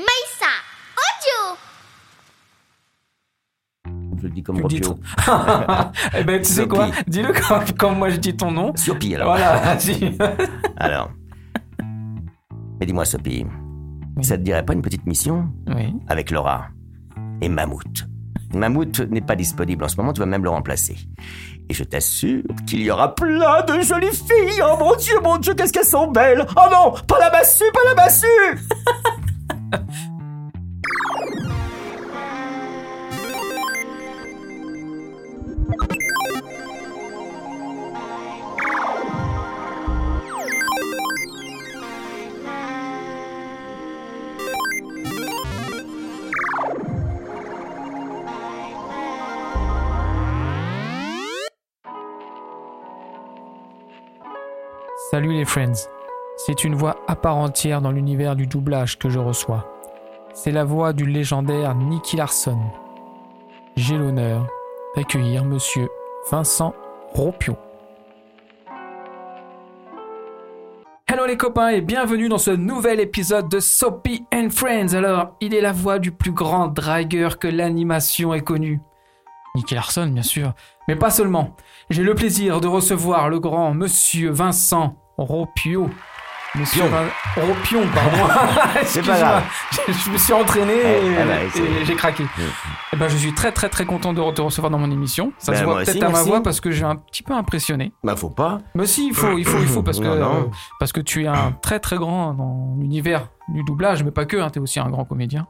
Maïssa, audio Je le dis comme Tu dis Rodio. ton- Eh ben, tu sais Sopi. quoi Dis-le quand, quand moi je dis ton nom. Sopi, alors. Voilà, dis- Alors. Mais dis-moi, Sopi, Oui. ça te dirait pas une petite mission Oui. avec Laura et Mammouth Mammouth n'est pas disponible en ce moment, tu vas même le remplacer. Et je t'assure qu'il y aura plein de jolies filles. Oh mon Dieu, mon Dieu, qu'est-ce qu'elles sont belles Oh non, pas la massue, pas la massue Salut les friends. C'est une voix à part entière dans l'univers du doublage que je reçois. C'est la voix du légendaire Nicky Larson. J'ai l'honneur d'accueillir monsieur Vincent Ropio. Hello les copains et bienvenue dans ce nouvel épisode de Soapy and Friends. Alors, il est la voix du plus grand dragueur que l'animation ait connu. Nicky Larson, bien sûr, mais pas seulement. J'ai le plaisir de recevoir le grand monsieur Vincent Ropio. Monsieur Pion. Vin- Ropion, pardon. C'est pas grave. Excuse-moi. Je, je me suis entraîné et, Eh, eh ben, et c'est- j'ai craqué. Oui. Eh ben, je suis très très très content de te recevoir dans mon émission. Ça Ben, se voit moi aussi, peut-être à ma merci. voix parce que j'ai un petit peu impressionné. Bah faut pas. Mais si, il faut, il faut, il faut parce que Mm. Non, non. euh, parce que tu es un très très grand dans l'univers du doublage, mais pas que. tu es aussi un grand comédien.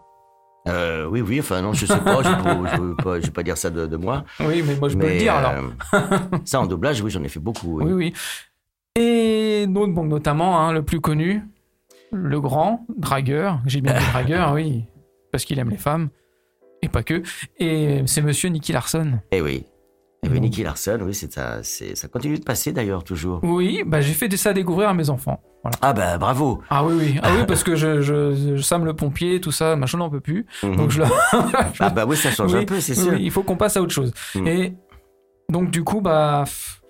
Euh, oui, oui, enfin non, je sais pas, je, peux- je veux pas, je vais pas dire ça de, de moi. Oui, mais moi je peux mais, le dire alors. euh, ça en doublage, oui, j'en ai fait beaucoup. oui. Oui, oui. Et d'autres, bon, notamment hein, le plus connu, le grand dragueur. J'ai bien dit dragueur, oui, parce qu'il aime les femmes et pas que. Et c'est Monsieur Nicky Larson. Eh oui. Eh oui, Mm. Nicky Larson, oui, c'est ça, c'est- ça continue de passer d'ailleurs toujours. Oui, bah j'ai fait de ça découvrir à mes enfants. Voilà. Ah bah bravo. Ah oui, oui, ah oui, parce que je, je, je same le pompier, tout ça, machin, n'en peut plus. Mhm. Donc je leur- Ah bah oui, ça change Oui, un peu, c'est oui, sûr. oui, il faut qu'on passe à autre chose. Mhm. Et donc du coup, bah pff,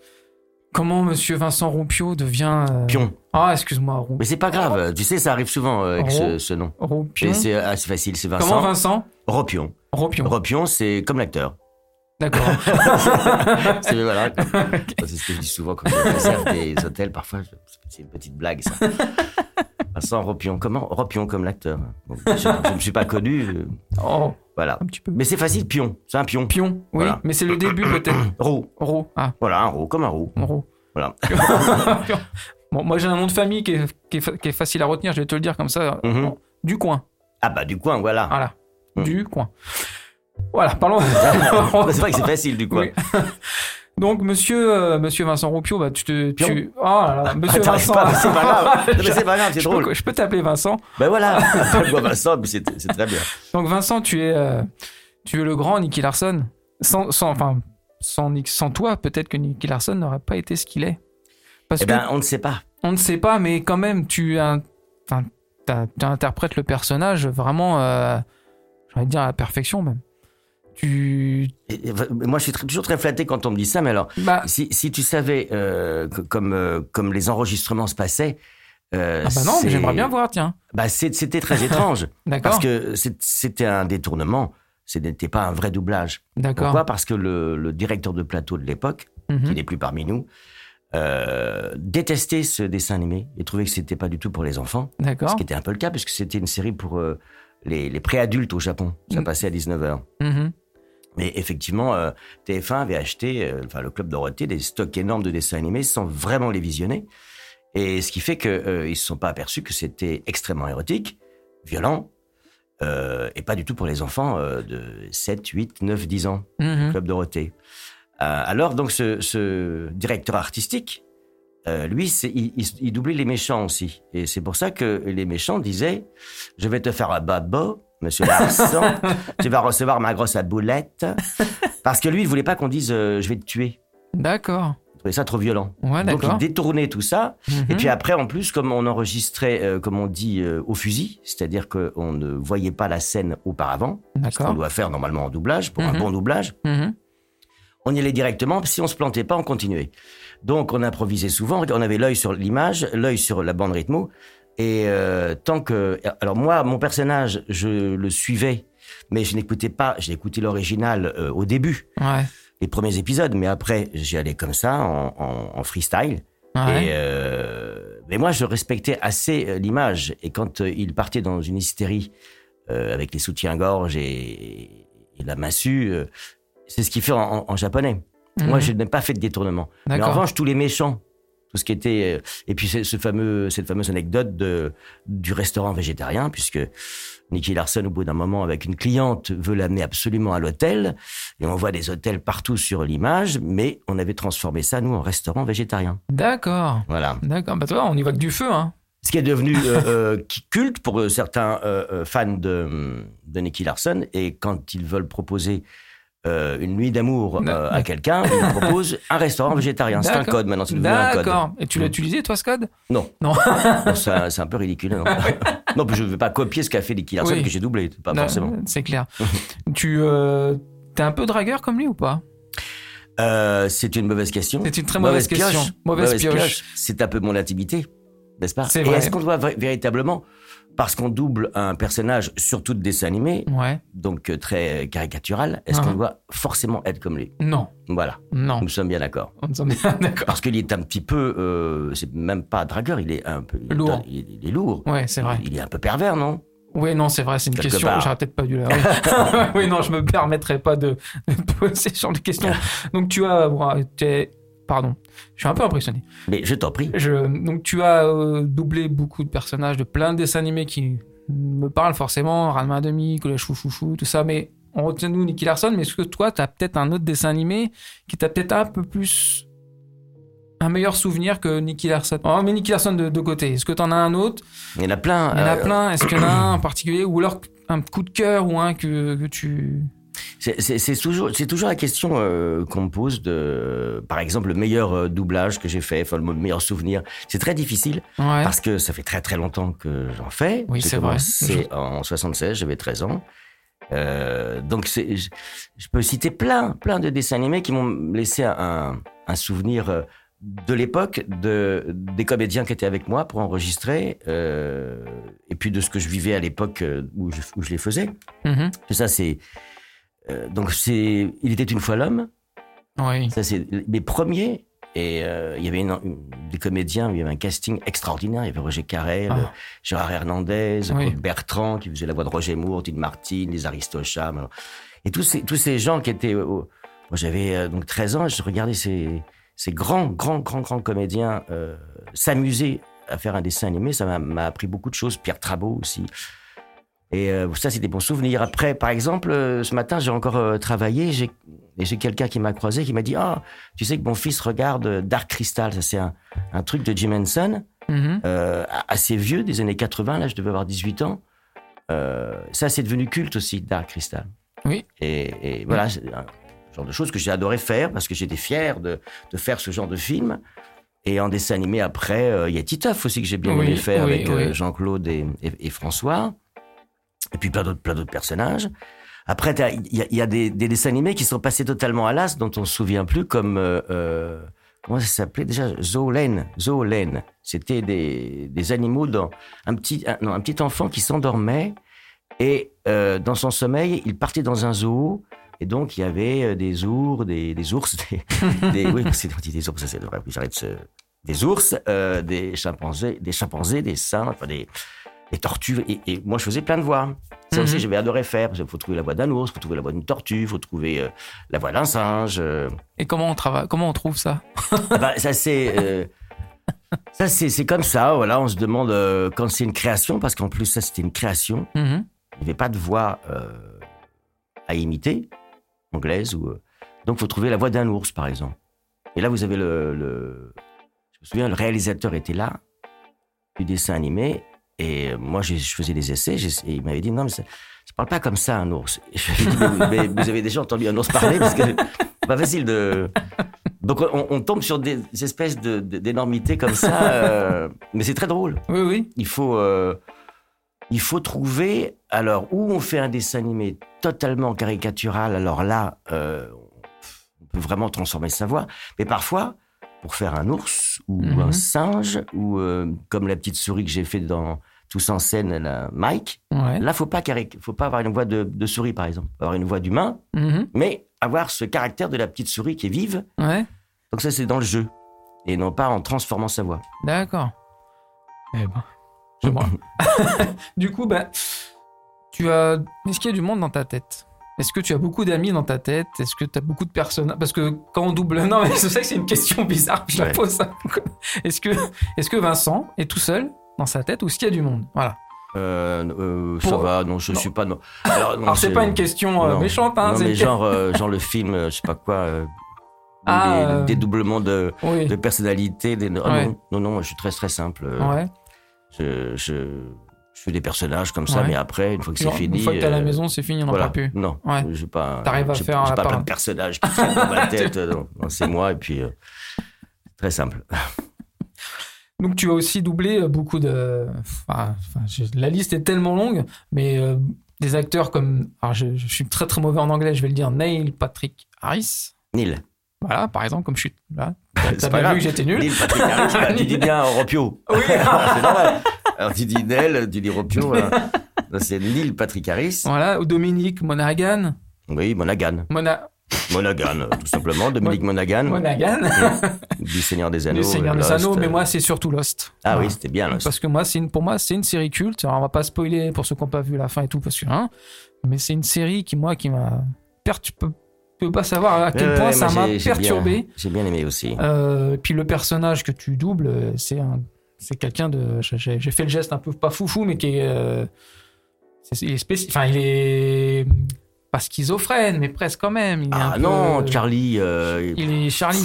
comment Monsieur Vincent Rompio devient euh, Pion. Ah, excuse-moi, Rom- Mais c'est pas grave, tu sais, ça arrive souvent euh, avec ce, ce nom. Rompion. Et c'est assez facile, c'est Vincent. Comment Vincent Ropion. Rompion. Ropion, c'est comme l'acteur. D'accord. C'est voilà, comme- c'est ce que je dis souvent quand je réserve des hôtels, parfois, je- c'est une petite blague ça. Vincent Ropion, comment Ropion comme l'acteur. Bon, je- je ne suis pas connu, euh, Oh, voilà. un petit peu. Mais c'est facile, pion, c'est un pion. Pion, oui, Voilà. mais c'est le début peut-être. Roux, Ro, ah, voilà, un roux, comme un roux. Ro. Voilà. Bon, moi j'ai un nom de famille qui est, qui est fa- qui est facile à retenir, je vais te le dire comme ça. Mhm. Bon, Du coin, Ah bah du coin, voilà. voilà. Mhm. Du coin. Voilà, parlons. Bah, c'est vrai que c'est facile du coin. Oui. Donc, monsieur, euh, monsieur Vincent Roupio, bah, tu te. Pion. Tu... Oh là là, monsieur Ah, t'arrives Vincent. pas, mais c'est pas grave. Non, mais c'est pas grave, c'est je, drôle. peux, je peux t'appeler Vincent. Ben voilà, appelle-moi Vincent, mais c'est c'est très bien. Donc, Vincent, tu es, euh, tu es le grand Nicky Larson. Sans, sans, enfin, sans, Nick- sans toi, peut-être que Nicky Larson n'aurait pas été ce qu'il est. Parce Eh que ben, on ne sait pas. on ne sait pas, mais quand même, tu, in- t'in- t'in- t'interprètes le personnage vraiment, euh, j'allais dire à la perfection même. Tu, Et- et- mais Moi, je suis tr- toujours très flatté quand on me dit ça, mais alors, bah, si, si tu savais euh, que- comme, euh, comme les enregistrements se passaient. euh, ah bah non, mais c'est- j'aimerais bien voir, tiens. Bah, c'est- C'était très étrange, parce D'accord, que c'est- c'était un détournement, ce n'était pas un vrai doublage. d'accord. Pourquoi Parce que le, le directeur de plateau de l'époque, qui Mhm. n'est plus parmi nous, euh, détestait ce dessin animé et trouvait que c'était pas du tout pour les enfants. Ce D'accord. qui était un peu le cas, puisque c'était une série pour euh, les, les pré-adultes au Japon. Ça Mm. passait à 19h. Mhm. Mais effectivement, euh, TF1 avait acheté, euh, enfin le Club Dorothée, des stocks énormes de dessins animés sans vraiment les visionner. Et ce qui fait qu'ils ne se sont pas aperçus que c'était extrêmement érotique, violent, euh, et pas du tout pour les enfants euh, de 7, 8, 9, 10 ans. Mhm. Club Dorothée. Euh, alors, donc, ce, ce directeur artistique, euh, lui, c'est- il, il- il doublait les méchants aussi. Et c'est pour ça que les méchants disaient Je vais te faire un babo, monsieur Larsan, tu vas recevoir ma grosse à boulette. Parce que lui, il voulait pas qu'on dise euh, Je vais te tuer. D'accord. Il trouvait ça trop violent. Ouais, donc, il Ah, d'accord. détournait tout ça. Et Mhm. puis après, en plus, comme on enregistrait, euh, comme on dit, euh, au fusil, c'est-à-dire qu'on ne voyait pas la scène auparavant, ce qu'on D'accord. doit faire normalement en doublage, pour un Mhm. bon doublage. Mhm. On y allait directement. Si on se plantait pas, on continuait. Donc, on improvisait souvent. On avait l'œil sur l'image, l'œil sur la bande rythmo. Et euh, tant que, alors moi, mon personnage, je le suivais, mais je n'écoutais pas. J'ai écouté l'original euh, au début, Ouais. les premiers épisodes, mais après, j'y allais comme ça en, en- en freestyle. Ah Ouais. Et euh, mais moi, je respectais assez euh, l'image. Et quand euh, il partait dans une hystérie euh, avec les soutiens-gorge et, et la massue, euh, c'est ce qu'il fait en, en- en japonais. euh, Moi, Mhm. je n'ai pas fait de détournement. Mais en D'accord. revanche, tous les méchants, tout ce qui était. euh, et puis, c'est ce fameux, cette fameuse anecdote de, du restaurant végétarien, puisque Nicky Larson, au bout d'un moment, avec une cliente, veut l'amener absolument à l'hôtel. Et on voit des hôtels partout sur l'image, mais on avait transformé ça, nous, en restaurant végétarien. D'accord. Voilà. D'accord. Bah, toi, on y voit que du feu, hein. Ce qui est devenu euh, euh, qui- culte pour euh, certains euh, euh, fans de, de Nicky Larson. Et quand ils veulent proposer euh, une nuit d'amour D'a- euh, à d'ac- quelqu'un, ils proposent un restaurant végétarien. C'est un Bah, D'accord. code maintenant, c'est devenu un code. Mmh. D'accord. Et tu l'as utilisé, toi, ce code Non. Non. Bon, ça, c'est un peu ridicule. Non, non puis je ne vais pas copier ce qu'a fait Nicky Larson Oui. que j'ai doublé, pas Non, Ah, forcément. Bah, C'est clair. tu euh, t'es un peu dragueur comme lui ou pas Euh, c'est une mauvaise question. C'est une très mauvaise question. pioche. Mauvaise pioche. C'est un peu mon intimité, n'est-ce pas C'est Et vrai. est-ce qu'on doit vra- véritablement, parce qu'on double un personnage, surtout de dessin animé, Ouais. donc euh, très caricatural, est-ce Ah. qu'on doit forcément être comme lui Non. Voilà, Non. nous sommes bien d'accord. On s'en est d'accord. Parce qu'il est un petit peu, euh, c'est même pas dragueur, il est un peu il est- Lourd. Il, est- il est lourd. Ouais, c'est vrai. Il est un peu pervers, non Ouais, non, c'est vrai, c'est une Quelque question. part. J'aurais peut-être pas dû la. oui, non, je me permettrai pas de, de poser sur les questions. Donc tu as, bon, t'es- pardon, je suis un peu impressionné. Mais je t'en prie. Je, donc tu as euh, doublé beaucoup de personnages de plein de dessins animés qui me parlent forcément, Ranma à demi, Collège Chouchouchou, tout ça, mais on retient nous Nicky Larson, mais est-ce que toi, tu as peut-être un autre dessin animé qui t'a peut-être un peu plus... un meilleur souvenir que Nicky Larson Oh, mais Nicky Larson de, de côté, est-ce que t'en as un autre Il y en a plein. Il y en a euh, plein, est-ce qu'il y en a un en particulier Ou alors un coup de cœur ou un que, que tu... C'est- C'est c'est toujours, c'est toujours la question euh, qu'on me pose de, par exemple, le meilleur euh, doublage que j'ai fait, enfin, le meilleur souvenir. C'est très difficile Ouais, parce que ça fait très très longtemps que j'en fais. Oui, J'ai c'est vrai. commencé en 76, j'avais 13 ans. Euh, donc, c'est- je, je peux citer plein, plein de dessins animés qui m'ont laissé un, un souvenir euh, de l'époque, de, des comédiens qui étaient avec moi pour enregistrer, euh, et puis de ce que je vivais à l'époque euh, où je- où je les faisais. Mhm. Et ça, c'est. euh, donc, c'est. Il était une fois l'homme. oui. Ça, c'est mes premiers. Et euh, il y avait une- une- des comédiens, il y avait un casting extraordinaire. Il y avait Roger Carrel, Ah. euh, Gérard Hernandez, Oui. Claude Bertrand, qui faisait la voix de Roger Moore, Dean Martin, les Aristochats. mais- Et tous ces, tous ces gens qui étaient. au- au- moi, j'avais euh, donc 13 ans, et je regardais ces, ces grands, grands, grands, grands comédiens euh, s'amuser à faire un dessin animé. Ça m'a- m'a appris beaucoup de choses. Pierre Trabeau aussi. Et euh, ça, c'est des bons souvenirs. Après, par exemple, euh, ce matin, j'ai encore euh, travaillé j'ai- et j'ai quelqu'un qui m'a croisé qui m'a dit Ah, tu sais que mon fils regarde euh, Dark Crystal. Ça, c'est un, un truc de Jim Henson, Mhm. euh, assez vieux, des années 80. Là, je devais avoir 18 ans. Euh, ça, c'est devenu culte aussi, Dark Crystal. Oui. Et, et voilà, c'est un genre de choses que j'ai adoré faire parce que j'étais fier de, de faire ce genre de film. Et en dessin animé, après, euh, il y a Titeuf aussi que j'ai bien Oui, aimé faire oui, avec euh, oui. Jean-Claude et, et- et François. Et puis plein d'autres, plein d'autres personnages. Après, t'as- il y a, il y a des, des dessins animés qui sont passés totalement à l'as, dont on se souvient plus, comme... euh, euh, comment ça s'appelait déjà Zoolène. Zoolène. C'était des, des animaux dans... Un petit, un- non, un petit enfant qui s'endormait et euh, dans son sommeil, il partait dans un zoo. Et donc, il y avait euh, des ours, des, des ours, des, des- oui, c'est on dit des ours, ça, c'est vrai, oui, j'arrête ce- des ours, euh, des chimpanzés, des chimpanzés, des singes, enfin, des, des tortues. Et, et moi, je faisais plein de voix. Ça Mhm. aussi, j'avais adoré faire. Il faut trouver la voix d'un ours, il faut trouver la voix d'une tortue, il faut trouver euh, la voix d'un singe. euh. Et comment on travaille, comment on trouve ça Ah bah, ça, c'est. euh, ça, c'est c'est comme ça, voilà. On se demande euh, quand c'est une création, parce qu'en plus, ça, c'était une création. Mhm. Il n'y avait pas de voix euh, à imiter, anglaise. Ou, euh, donc, faut trouver la voix d'un ours, par exemple. Et là, vous avez le, le- Je me souviens, le réalisateur était là, du dessin animé. Et euh, moi, j'ai- je faisais des essais. j'ai- Et il m'avait dit Non, mais ça ne parle pas comme ça, un ours. Et je lui ai dit, mais, mais vous avez déjà entendu un ours parler Parce que c'est pas facile de. Donc, on, on tombe sur des espèces de- de- d'énormités comme ça. euh, mais c'est très drôle. Oui, oui. Il faut, euh, il faut trouver. Alors, où on fait un dessin animé totalement caricatural, alors là, euh, on peut vraiment transformer sa voix. Mais parfois, pour faire un ours ou Mhm. un singe ou euh, comme la petite souris que j'ai fait dans Tous en scène, la Mike. Ouais. Là, faut pas carré- faut pas avoir une voix de, de souris par exemple, Faut avoir une voix d'humain, Mhm. mais avoir ce caractère de la petite souris qui est vive. Ouais. Donc ça, c'est dans le jeu et non pas en transformant sa voix. D'accord. Eh ben, je vois. du coup, bah, tu as. Est-ce qu'il y a du monde dans ta tête Est-ce que tu as beaucoup d'amis dans ta tête Est-ce que tu as beaucoup de personnes Parce que quand on double. Non, mais je sais que c'est une question bizarre, je la Ouais. pose. hein. Est-ce que, est que Vincent est tout seul dans sa tête ou est-ce qu'il y a du monde Voilà. Euh, euh, ça Pour- va, non, je Non. suis pas. Non. Alors, non, Alors, c'est pas une question euh, non. méchante, hein. non, c'est- mais genre, euh, genre le film, euh, je sais pas quoi, euh, Ah, des, euh, des doublements de, Oui. de personnalité. Des... ah Ouais. non, non, non, moi, je suis très très simple. euh, Ouais. Je, je, je fais des personnages comme ça, Ouais. mais après, une fois que c'est Genre, fini. Une fois que t'es à la euh, maison, c'est fini, on n'en voilà. parle plus. Non, Ouais. j'ai pas. T'arrives à j'ai- faire j'ai la pas part. plein de personnages qui traînent dans ma tête. euh, non, non, c'est moi et puis euh, très simple. Donc tu as aussi doublé euh, beaucoup de... enfin, enfin, je- la liste est tellement longue, mais euh, des acteurs comme... Alors je, je suis très très mauvais en anglais, je vais le dire, Neil Patrick Harris. Neil, Voilà, par exemple, comme je suis... Là, c'est t'as pas bien grave. vu que j'étais nul. Neil Patrick Harris, bah, tu dis bien Ropio. Oui. Ah, c'est normal. Alors tu dis Neil, tu dis Ropio. voilà. Non, C'est Neil Patrick Harris. Voilà, ou Dominique Monaghan. Oui, Monaghan. Mona... Monaghan, euh, tout simplement. Dominique Monaghan, Monaghan. du Seigneur des Anneaux. Le Seigneur des Lost, Anneaux, mais euh, moi c'est surtout Lost. Ah Voilà. oui, c'était bien. Lost. Parce que moi, c'est une, pour moi, c'est une série culte. Alors, on va pas spoiler pour ceux qui n'ont pas vu la fin et tout, parce que, hein, mais c'est une série qui, moi, qui m'a perturbé. Tu peux pas savoir à quel Ouais, point ouais, ça moi, m'a j'ai- j'ai bien- perturbé. J'ai bien aimé aussi. Euh, puis le personnage que tu doubles, euh, c'est un, c'est quelqu'un de. j'ai- J'ai j'ai fait le geste un peu pas foufou, mais qui est. euh, c'est- il est spéci- Enfin, il est pas schizophrène, mais presque quand même. Il est un Ah peu- non, Charlie. euh, Il est Charlie.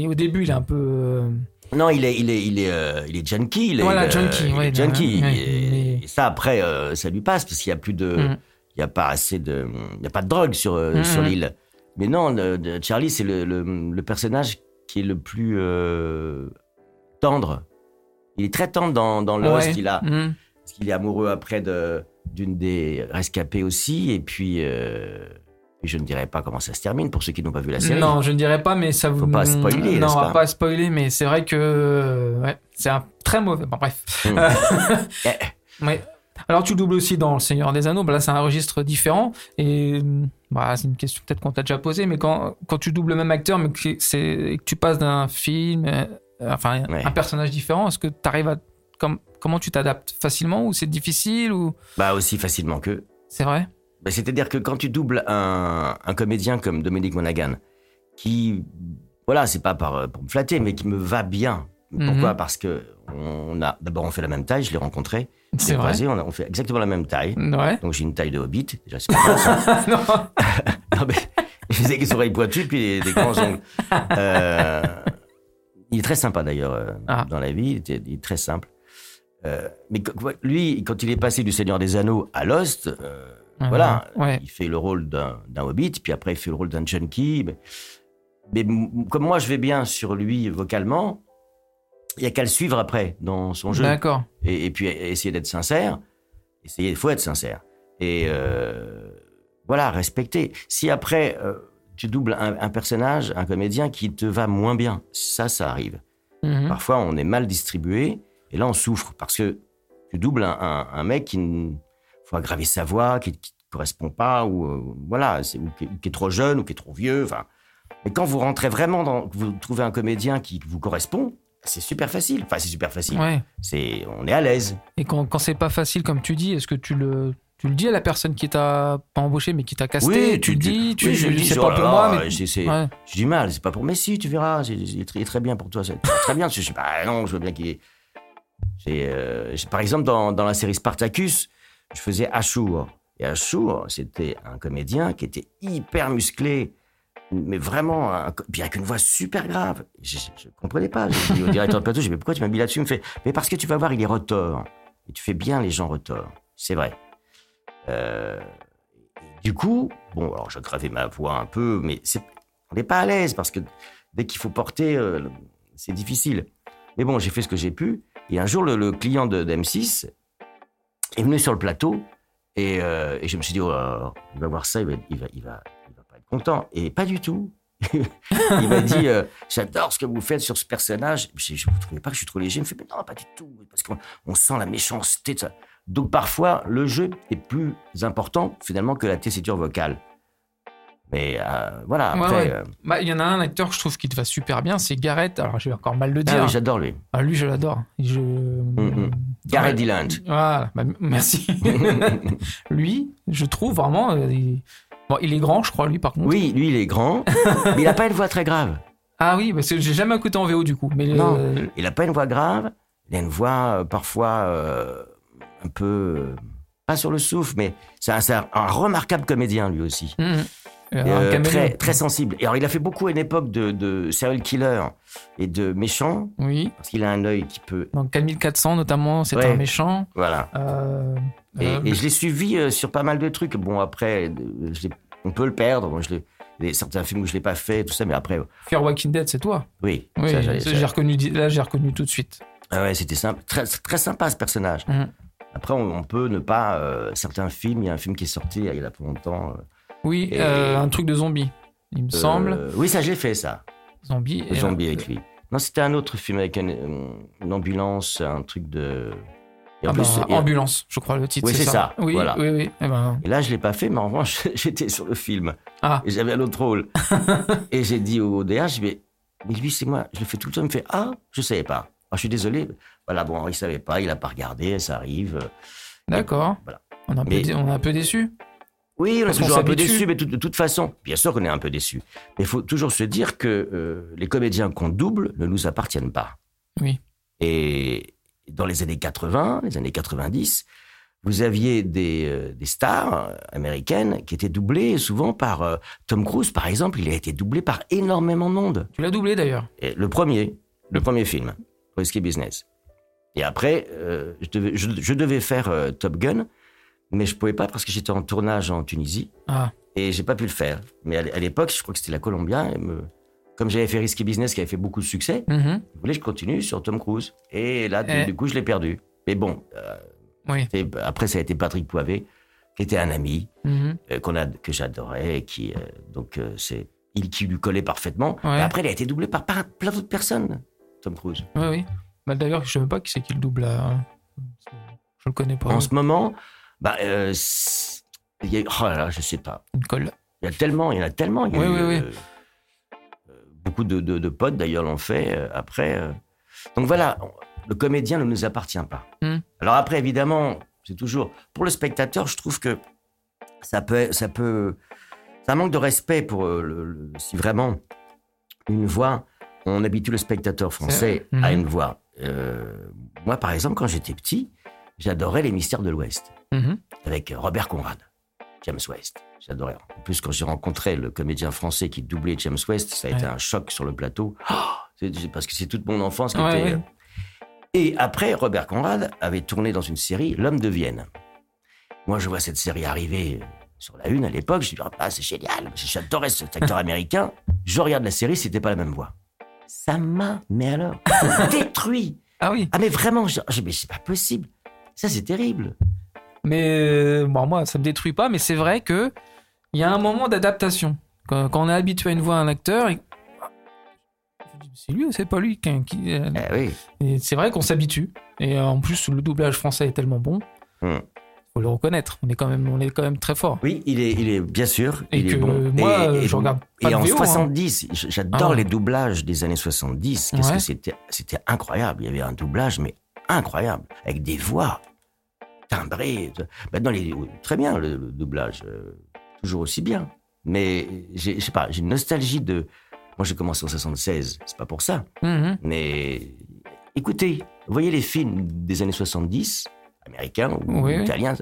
Il est, au début, il est un peu. euh, Non, il est, il est, il est, euh, il est junkie. Il est, Voilà, il est- junkie, il est ouais, de- junkie. ouais, et, il est- et ça, après, euh, ça lui passe parce qu'il n'y a plus de, Mm. il y a pas assez de, il y a pas de drogue sur euh, Mm, sur mm. l'île. Mais non, le- de- Charlie, c'est le, le- le personnage qui est le plus euh, tendre. Il est très tendre dans, dans Lost. ouais. Il a, Mm. parce qu'il est amoureux après de- d'une des rescapées aussi. Et puis, euh, je ne dirai pas comment ça se termine pour ceux qui n'ont pas vu la série. Non, je ne dirais pas, mais ça vous. Faut pas spoiler, Non, n'est-ce on va pas pas spoiler, mais c'est vrai que. euh, Ouais, c'est un très mauvais. Bon, bref. Mm. Euh, Eh. ouais. Alors, tu doubles aussi dans Le Seigneur des Anneaux. Bah, là, c'est un registre différent. Et. euh, Bah, c'est une question peut-être qu'on t'a déjà posée, mais quand, quand tu doubles le même acteur, mais que, c'est, et que tu passes d'un film, euh, euh, enfin, Ouais. un personnage différent, est-ce que tu arrives à. comme- comment tu t'adaptes Facilement ou c'est difficile ou... Bah aussi facilement que. C'est vrai Bah, C'est-à-dire que quand tu doubles un, un comédien comme Dominique Monaghan, qui, voilà, c'est pas par, euh, pour me flatter, mais qui me va bien. Pourquoi Mhm. Parce que on a, d'abord, on fait la même taille, je l'ai rencontré. je C'est l'ai vrai. croisé, On, a- on fait exactement la même taille. Ouais. Donc j'ai une taille de hobbit, déjà c'est pas mal, ça. non. Non, mais il faisait des oreilles pointues puis des, des grands ongles. Euh, il est très sympa d'ailleurs euh, Ah. dans la vie, il, était- il est très simple. Euh, mais qu- quoi- lui, quand il est passé du Seigneur des Anneaux à Lost, euh, voilà, Ouais. il fait le rôle d'un d'un hobbit, puis après il fait le rôle d'un junkie. Mais, mais m- comme moi je vais bien sur lui vocalement, il n'y a qu'à le suivre après dans son jeu D'accord. et, et puis e- essayer d'être sincère. Essayer, il faut être sincère. Et euh, voilà, respecter. Si après, euh, tu doubles un, un personnage, un comédien qui te va moins bien, ça, ça arrive. Mhm. Parfois, on est mal distribué, et là, on souffre, parce que tu doubles un, un- un mec qui n- faut aggraver sa voix, qui ne correspond pas, ou euh, voilà, c'est- ou qui, qui est trop jeune, ou qui est trop vieux. Enfin, mais quand vous rentrez vraiment dans, que vous trouvez un comédien qui vous correspond, c'est super facile. Enfin, c'est super facile. Ouais. C'est, on est à l'aise. Et quand, quand c'est pas facile, comme tu dis, est-ce que tu le, tu le dis à la personne qui t'a pas embauché mais qui t'a casté tu le dis, tu oui, je je dis, c'est oh pas là pour là, moi, mais. c'est- c'est- Ouais. J'ai du mal, c'est pas pour mais si, tu verras, c'est- il est, très- il est très bien pour toi, c'est très bien. Je sais pas, ah non, je veux bien qu'il est. J'ai, euh, j'ai- par exemple, dans, dans la série Spartacus, je faisais Ashur. Et Ashur, c'était un comédien qui était hyper musclé, mais vraiment, un co- puis avec une voix super grave. Je, je- je comprenais pas. J'ai dit au directeur de plateau, j'ai dit, mais pourquoi tu m'as mis là-dessus Il me fait, mais parce que tu vas voir, il est retors. Et tu fais bien les gens retors. C'est vrai. Euh, du coup, bon, alors je gravais ma voix un peu, mais c'est, on n'est pas à l'aise parce que dès qu'il faut porter, euh, le- c'est difficile. Mais bon, j'ai fait ce que j'ai pu. Et un jour, le, le client de, d'M6 est venu sur le plateau et, euh, et je me suis dit, oh, là là, il va voir ça, il va, il, va, il, va, il va pas être content. Et pas du tout. il m'a dit euh, J'adore ce que vous faites sur ce personnage. Je, je vous trouvez pas que je suis trop léger Il me fait Mais non, pas du tout. Parce qu'on on sent la méchanceté de ça. Donc parfois, le jeu est plus important finalement que la tessiture vocale. Mais euh, voilà, Ouais, après. ouais. euh, Bah, il y en a un acteur que je trouve qui te va super bien, c'est Garrett. Alors, j'ai encore mal le ah oui, dire. j'adore lui. Ah, lui, je l'adore. Je... mm. Gareth Diland. Voilà, bah, m- merci. lui, je trouve vraiment. euh, il... Bon, il est grand, je crois, lui, par contre. Oui, lui, il est grand, mais il n'a pas une voix très grave. Ah oui, parce que j'ai jamais écouté en VO du coup. Mais Non. euh, Il n'a pas une voix grave, il a une voix euh, parfois euh, un peu. euh, pas sur le souffle, mais c'est un, c'est un- un remarquable comédien lui aussi. hum, hum. Euh, Et, euh, un caméléon. très, très sensible. Et alors, il a fait beaucoup à une époque de, de serial killer et de méchant, Oui, parce qu'il a un œil qui peut. dans 4400 notamment, c'est Ouais. un méchant. Voilà. Euh, Et, euh, et je l'ai suivi euh, sur pas mal de trucs. Bon, après, euh, je l'ai- on peut le perdre. Bon, je l'ai- il y a certains films où je ne l'ai pas fait, tout ça, mais après, euh, Fear Walking Dead, c'est toi. oui. Oui, ça, j'ai- ça, ça- j'ai reconnu, di- là j'ai reconnu tout de suite. Ah ouais, c'était simple. Très, très sympa ce personnage. Mhm. Après, on, on peut ne pas. euh, certains films, il y a un film qui est sorti il y a pas longtemps. euh, Oui, Et- euh, un truc de zombie, il me euh, semble. oui, ça, j'ai fait ça. Zombie. Le et- euh, zombie avec lui. Non, c'était un autre film avec un- une, ambulance, un truc de. Et, en Ah bah, plus, et- ambulance, je crois le titre. Oui, c'est c'est ça, Oui, voilà. oui, oui. Eh ben, et là, je l'ai pas fait, mais en revanche, j'étais sur le film. Ah. Et j'avais un autre rôle. et j'ai dit au DH, mais, mais lui, c'est moi. Je le fais tout le temps. Il me fait Ah, je savais pas. Ah, je suis désolé. Voilà, bon, Henri savait pas, il a pas regardé, ça arrive. d'accord. Voilà. On, est un peu Mais- dé- on est un peu déçu. Oui, on est Parce qu'on toujours un peu s'habitue. déçu, mais tout- de toute façon, bien sûr qu'on est un peu déçu. Mais il faut toujours se dire que euh, les comédiens qu'on double ne nous appartiennent pas. Oui. Et dans les années 80, les années 90, vous aviez des, euh, des stars américaines qui étaient doublées souvent par euh, Tom Cruise, par exemple. Il a été doublé par énormément de monde. Tu l'as doublé d'ailleurs. Et le premier, le premier film, Risky Business. Et après, euh, je, devais, je- je devais faire euh, Top Gun, mais je pouvais pas parce que j'étais en tournage en Tunisie Ah, et j'ai pas pu le faire. Mais à l- à l'époque, je crois que c'était la Colombia. elle me- Comme j'avais fait Risky Business qui avait fait beaucoup de succès, mhm, je voulais que je continue sur Tom Cruise. Et là, du, Eh. du coup, je l'ai perdu. Mais bon, euh, oui. et après, ça a été Patrick Poivet, qui était un ami mhm. euh, qu'on a, que j'adorais, et qui euh, donc euh, c'est il qui lui collait parfaitement. Ouais. Et après, il a été doublé par, par plein d'autres personnes. Tom Cruise. Oui, oui. Bah, d'ailleurs, je sais même pas qui c'est qui le double. euh, Je le connais pas. En ce moment, bah, euh, c'est- il y a eu- oh là là, je sais pas. Une colle. Il y a tellement, il y en a tellement. Il y a Oui, eu, oui, oui. euh, euh, beaucoup de, de- de potes d'ailleurs l'ont fait euh, après. euh. Donc voilà, on- le comédien ne nous appartient pas. Hmm. Alors après, évidemment, c'est toujours. Pour le spectateur, je trouve que ça peut. Ça peut ça manque de respect pour. euh, le- le- si vraiment une voix. On habitue le spectateur français Mhm. à une voix. Euh, moi, par exemple, quand j'étais petit, j'adorais les mystères de l'Ouest Mhm. avec Robert Conrad, James West. J'adorais. En plus, quand j'ai rencontré le comédien français qui doublait James West, ça a été Ouais. un choc sur le plateau. Oh, c'est- parce que c'est toute mon enfance qui Ouais, était. euh. ouais. Et après, Robert Conrad avait tourné dans une série L'homme de Vienne. Moi, je vois cette série arriver sur la une à l'époque. Je dis ah, bah, c'est génial. J'adorais cet acteur américain. Je regarde la série, c'était pas la même voix. Ça m'a, mais alors, détruit. Ah oui. Ah, mais vraiment, je- je- mais c'est pas possible. Ça, c'est terrible. Mais euh, bon, moi, ça me détruit pas, mais c'est vrai que il y a un moment d'adaptation. Quand, quand on est habitué à une voix à un acteur, et... Je dis, c'est lui ou c'est pas lui qui- qui- euh, Eh oui. et C'est vrai qu'on s'habitue. Et euh, en plus, le doublage français est tellement bon. Hmm. Faut le reconnaître. On est quand même, on est quand même très fort. Oui, il est, il est bien sûr. Et il que est bon. moi, euh, je regarde pas et de en VO, hein. 70, j- j'adore Ah. les doublages des années 70. Qu'est-ce Ouais. que c'était C'était incroyable. Il y avait un doublage, mais incroyable, avec des voix timbrées. Maintenant, il est très bien le, le doublage, euh, toujours aussi bien. Mais j'ai- je sais pas, j'ai une nostalgie de. Moi, j'ai commencé en 76. C'est pas pour ça, Mhm. mais écoutez, voyez les films des années 70 américains ou Oui, oui. italiens.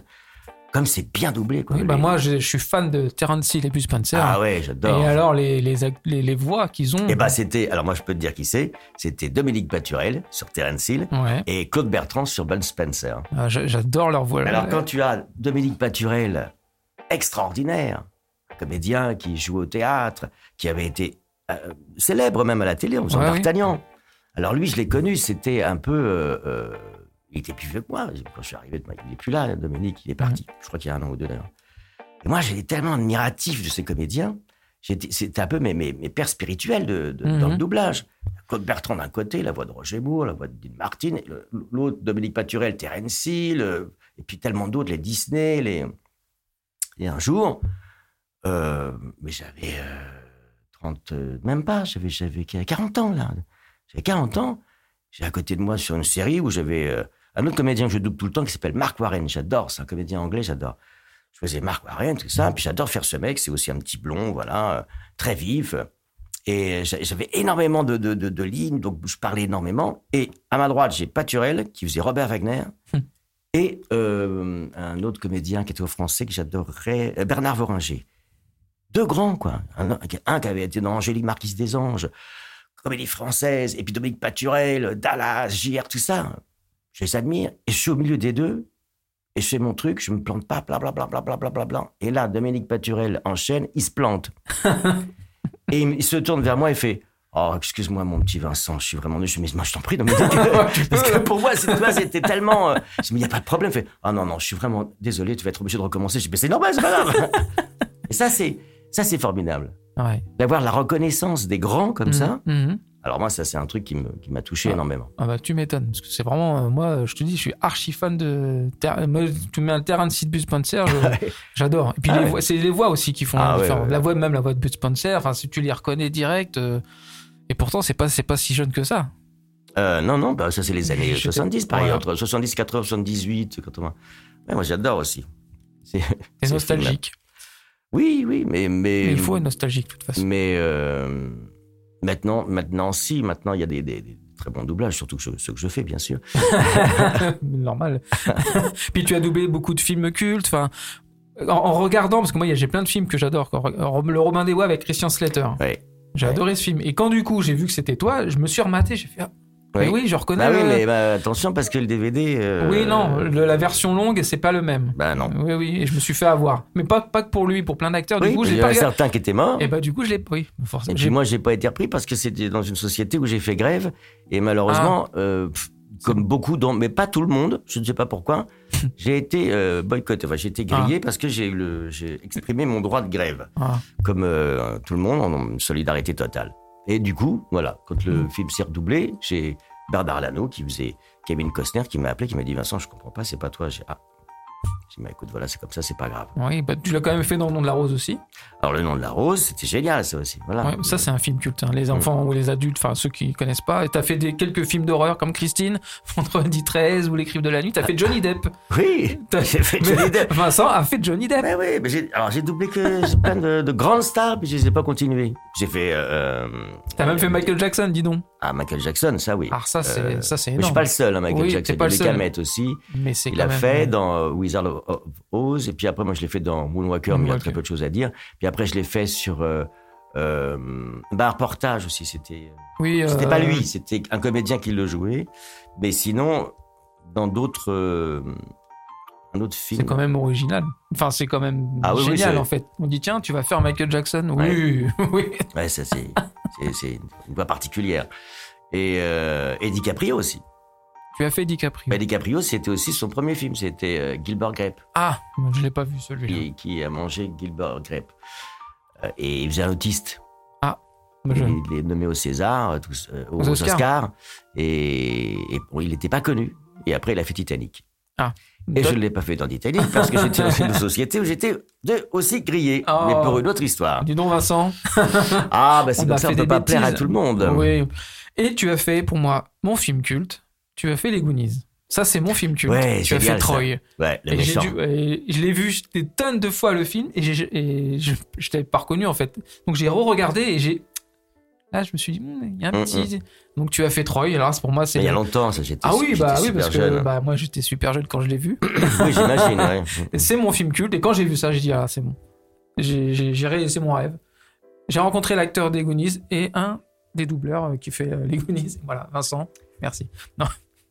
Comme c'est bien doublé, quoi. Oui, bah, Les- moi, je, je suis fan de Terence Hill et Bud Spencer. ah ouais, et j'adore. alors, les, les, ac- les, les voix qu'ils ont. Eh ben c'était, alors moi je peux te dire qui c'est, c'était Dominique Paturel sur Terence Hill Ouais. et Claude Bertrand sur Bud Spencer. Ah, j'a- J'adore leur voix. Alors quand tu as Dominique Paturel, extraordinaire, un comédien qui joue au théâtre, qui avait été euh, célèbre même à la télé en faisant Ouais, oui. D'Artagnan. Alors lui, je l'ai connu, c'était un peu... euh, euh, il était plus vieux que moi. Quand je suis arrivé, il n'est plus là, Mm-hmm. Dominique, il est parti. Je crois qu'il y a un an ou deux d'ailleurs. Et moi, j'étais tellement admiratif de ces comédiens. j'étais- C'était un peu mes, mes, mes pères spirituels de, de- Mhm. dans le doublage. Claude Bertrand d'un côté, la voix de Roger Moore, la voix de Dean Martin, et le- l'autre Dominique Paturel, Terence Hill, euh, et puis tellement d'autres, les Disney. Les... Et un jour, euh, mais j'avais euh, 30, euh, même pas, j'avais, j'avais 40 ans là. J'avais 40 ans, j'ai à côté de moi sur une série où j'avais euh, un autre comédien que je double tout le temps qui s'appelle Mark Warren. J'adore, c'est un comédien anglais, j'adore. Je faisais Mark Warren, tout ça, puis j'adore faire ce mec, c'est aussi un petit blond, voilà, euh, très vif. Et j'a- j'avais énormément de, de- de- de lignes, donc je parlais énormément. Et à ma droite, j'ai Paturel, qui faisait Robert Wagner, Hmm. et euh, un autre comédien qui était au français que j'adorais, euh, Bernard Voringer. Deux grands, quoi. Un, un qui avait été dans Angélique Marquise des Anges, Comédie Française, et puis Dominique Paturel, Dallas, JR, tout ça. Je les admire. Et je suis au milieu des deux, et je fais mon truc, je me plante pas, blablabla. Bla, bla, bla, bla, bla. Et là, Dominique Paturel enchaîne, il se plante. et il, me- il se tourne vers moi et fait Oh, excuse-moi, mon petit Vincent, je suis vraiment nul. Je lui dis, mais moi, je t'en prie, Dominique. Parce que pour moi, c'est- tu vois, c'était tellement. euh, Je dis, mais il n'y a pas de problème. Il fait Ah non, non, je suis vraiment désolé, tu vas être obligé de recommencer. Je dis, mais c'est normal, c'est pas grave. et ça, c'est ça, c'est formidable. Ouais. D'avoir la reconnaissance des grands comme ça. Mhm, mhm. Alors, moi, ça, c'est un truc qui me- qui m'a touché Ouais. énormément. Ah bah tu m'étonnes, parce que c'est vraiment, euh, moi euh, je te dis, je suis archi fan de... Ter- moi, tu mets un terrain de site Bud Spencer, je- j'adore. Et puis Ah les ouais. voix- c'est les voix aussi qui font Ah la ouais, différence. ouais, La voix, même la voix de Bud Spencer, enfin, si tu les reconnais direct, euh, et pourtant c'est pas, c'est pas si jeune que ça. Euh, non, non, bah, ça c'est les années J'étais- 70, pareil, Voilà. entre 70, 80, 78, 80. Ouais, moi j'adore aussi. C'est T'es ce nostalgique. film-là. Oui, oui, mais. Mais, Mais il faut être nostalgique de toute façon. mais euh, maintenant, maintenant, si, maintenant il y a des, des- des très bons doublages, surtout que je- ceux que je fais, bien sûr. Normal. Puis tu as doublé beaucoup de films cultes. Enfin, en, en regardant, parce que moi, il y a- j'ai plein de films que j'adore. quoi. Ro- Le Robin des Bois avec Christian Slater. Ouais. J'ai Ouais. adoré ce film. Et quand du coup, j'ai vu que c'était toi, je me suis rematé. J'ai fait ah, mais oui, je reconnais. Bah oui, le- mais bah, attention parce que le DVD. euh, Oui, non, le- la version longue, c'est pas le même. Bah non. Oui, oui, et je me suis fait avoir. Mais pas, pas que pour lui, pour plein d'acteurs. Oui, Ah, du coup, il j'ai y en pas a regardé. certains qui étaient morts. Et bah, du coup, je l'ai. Oui, forcément. Et j'ai- puis moi, j'ai pas été repris parce que c'était dans une société où j'ai fait grève. Et malheureusement, Ah. euh, pff, comme beaucoup, dans, mais pas tout le monde, je ne sais pas pourquoi, j'ai été euh, boycotté. Enfin, j'ai été grillé parce que j'ai eu le- j'ai exprimé mon droit de grève. Ah. Comme euh, tout le monde, en une solidarité totale. Et du coup, voilà, quand Mm. le film s'est redoublé, j'ai Bernard Lano qui faisait Kevin Costner qui m'a appelé, qui m'a dit Vincent, je comprends pas, c'est pas toi. J'ai ah. J'ai dit, bah, écoute, voilà, c'est comme ça, c'est pas grave. Oui, bah, tu l'as quand même fait dans le nom de la rose aussi. Alors, le nom de la rose, c'était génial, ça aussi. Voilà. Ouais, ça, c'est un film culte. hein. Les enfants ou les adultes, enfin ceux qui connaissent pas. Et t'as fait des, quelques films d'horreur comme Christine, Vendredi 13 ou Les Crimes de la Nuit. T'as fait Johnny Depp. Oui, T'as- j'ai fait Johnny Mais- Depp. Vincent a fait Johnny Depp. Ben oui, mais j'ai- alors j'ai doublé que j'ai plein de, de grandes stars, puis je les ai pas continuées. J'ai fait euh, T'as même fait Michael Jackson, dis donc. ah, Michael Jackson, ça oui. Alors ça, c'est Euh, ça, c'est mais je suis énorme. pas le seul, hein, Michael Oui, Jackson. t'es pas le David seul. Camet aussi. Mais c'est Il quand a même- fait dans euh, Wizard of of Oz, et puis après moi je l'ai fait dans Moonwalker, mais il y a Moonwalker. très peu de choses à dire. Puis après je l'ai fait sur euh, euh, Bar Portage aussi. C'était Oui. c'était euh, pas lui, c'était un comédien qui le jouait. Mais sinon dans d'autres euh, un autre film. C'est quand même original. Enfin, c'est quand même Ah oui, oui, génial c'est- en fait. On dit tiens, tu vas faire Michael Jackson. Oui, oui. Ouais, ça c'est c'est- c'est une voix particulière. Et, euh, et DiCaprio aussi. Mm. Tu as fait DiCaprio. Bah, DiCaprio, c'était aussi son premier film, c'était euh, Gilbert Grape, Ah, je l'ai pas vu celui-là. qui, qui a mangé Gilbert Grape. Euh, et il faisait un autiste. Moi, je- Il est nommé au César, euh, tous, euh, aux, Aux Oscars. Oscars, et, et bon, il n'était pas connu. Et après, il a fait Titanic. Et Toi- je ne l'ai pas fait dans Titanic parce que j'étais dans une société où j'étais de- aussi grillé, Oh. mais pour une autre histoire. Dis donc Vincent. Ah, bah c'est On comme a ça, on fait ne peut des pas plaire à bêtises. tout le monde. Oui. Et tu as fait, pour moi, mon film culte. Tu as fait Les Goonies. Ça, c'est mon film culte. Ouais, tu as génial, fait ça. Troy. Ouais, le Et j'ai méchant. Bah, dû- et je l'ai vu des tonnes de fois le film et, j'ai- et je, je t'avais pas reconnu en fait. Donc j'ai re-regardé et j'ai. Là, je me suis dit, Hmm, il y a un Mm, petit. Donc tu as fait Troy. Alors c'est- pour moi, Mais c'est. il y a longtemps, ça, j'étais Ah oui, j'étais bah oui, super parce jeune. que bah, moi j'étais super jeune quand je l'ai vu. Oui, j'imagine, ouais. Et C'est mon film culte. Et quand j'ai vu ça, j'ai dit, ah, c'est bon. J'ai j'ai- j'ai réalisé mon rêve. J'ai rencontré l'acteur des Goonies et un des doubleurs euh, qui fait euh, les Goonies. Voilà, Vincent, merci.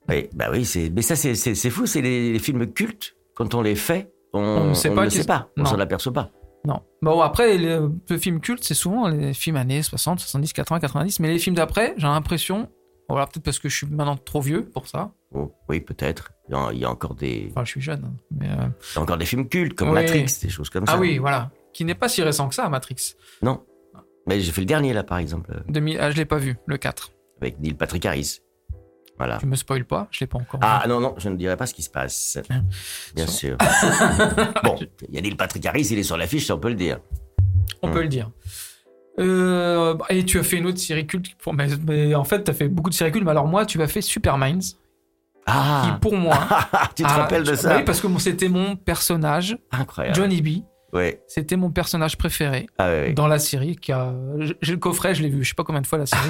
Oui, bah oui, c'est, mais ça, c'est, c'est, c'est fou, c'est les, les films cultes, quand on les fait, on, On ne sait pas ne qui- sait pas, on Non. s'en aperçoit pas. Non. Bon, après, le, le film culte, c'est souvent les films années 60, 70, 80, 90. Mais les films d'après, j'ai l'impression. Voilà, peut-être parce que je suis maintenant trop vieux pour ça. Bon, Oh, oui, peut-être. Il y a, il y a encore des, Enfin, je suis jeune. hein, Mais euh, il y a encore des films cultes, comme Oui. Matrix, des choses comme ça. Ah oui, voilà. Qui n'est pas si récent que ça, Matrix. Non. Mais j'ai fait le dernier, là, par exemple, 2000... Ah, je l'ai pas vu, le 4. avec Neil Patrick Harris. Voilà. Tu me spoil pas, je l'ai pas encore. Ah non, non, je ne dirai pas ce qui se passe. Bien Ah. Sur- sûr. bon, il y a Neil Patrick Harris, il est sur l'affiche, ça, on peut le dire. On Hmm. peut le dire. Euh, bah, et tu as fait une autre série culte. Pour... Mais, mais en fait, tu as fait beaucoup de séries cultes. Mais alors, moi, tu m'as fait Superminds, Ah qui pour moi. Tu te Ah, rappelles de tu- ça Oui, parce que mon- c'était mon personnage, Incroyable. Johnny B. Ouais. C'était mon personnage préféré Ah, ouais, ouais. dans la série. qui a- J'ai j'ai le coffret, je l'ai vu, je sais pas combien de fois la série.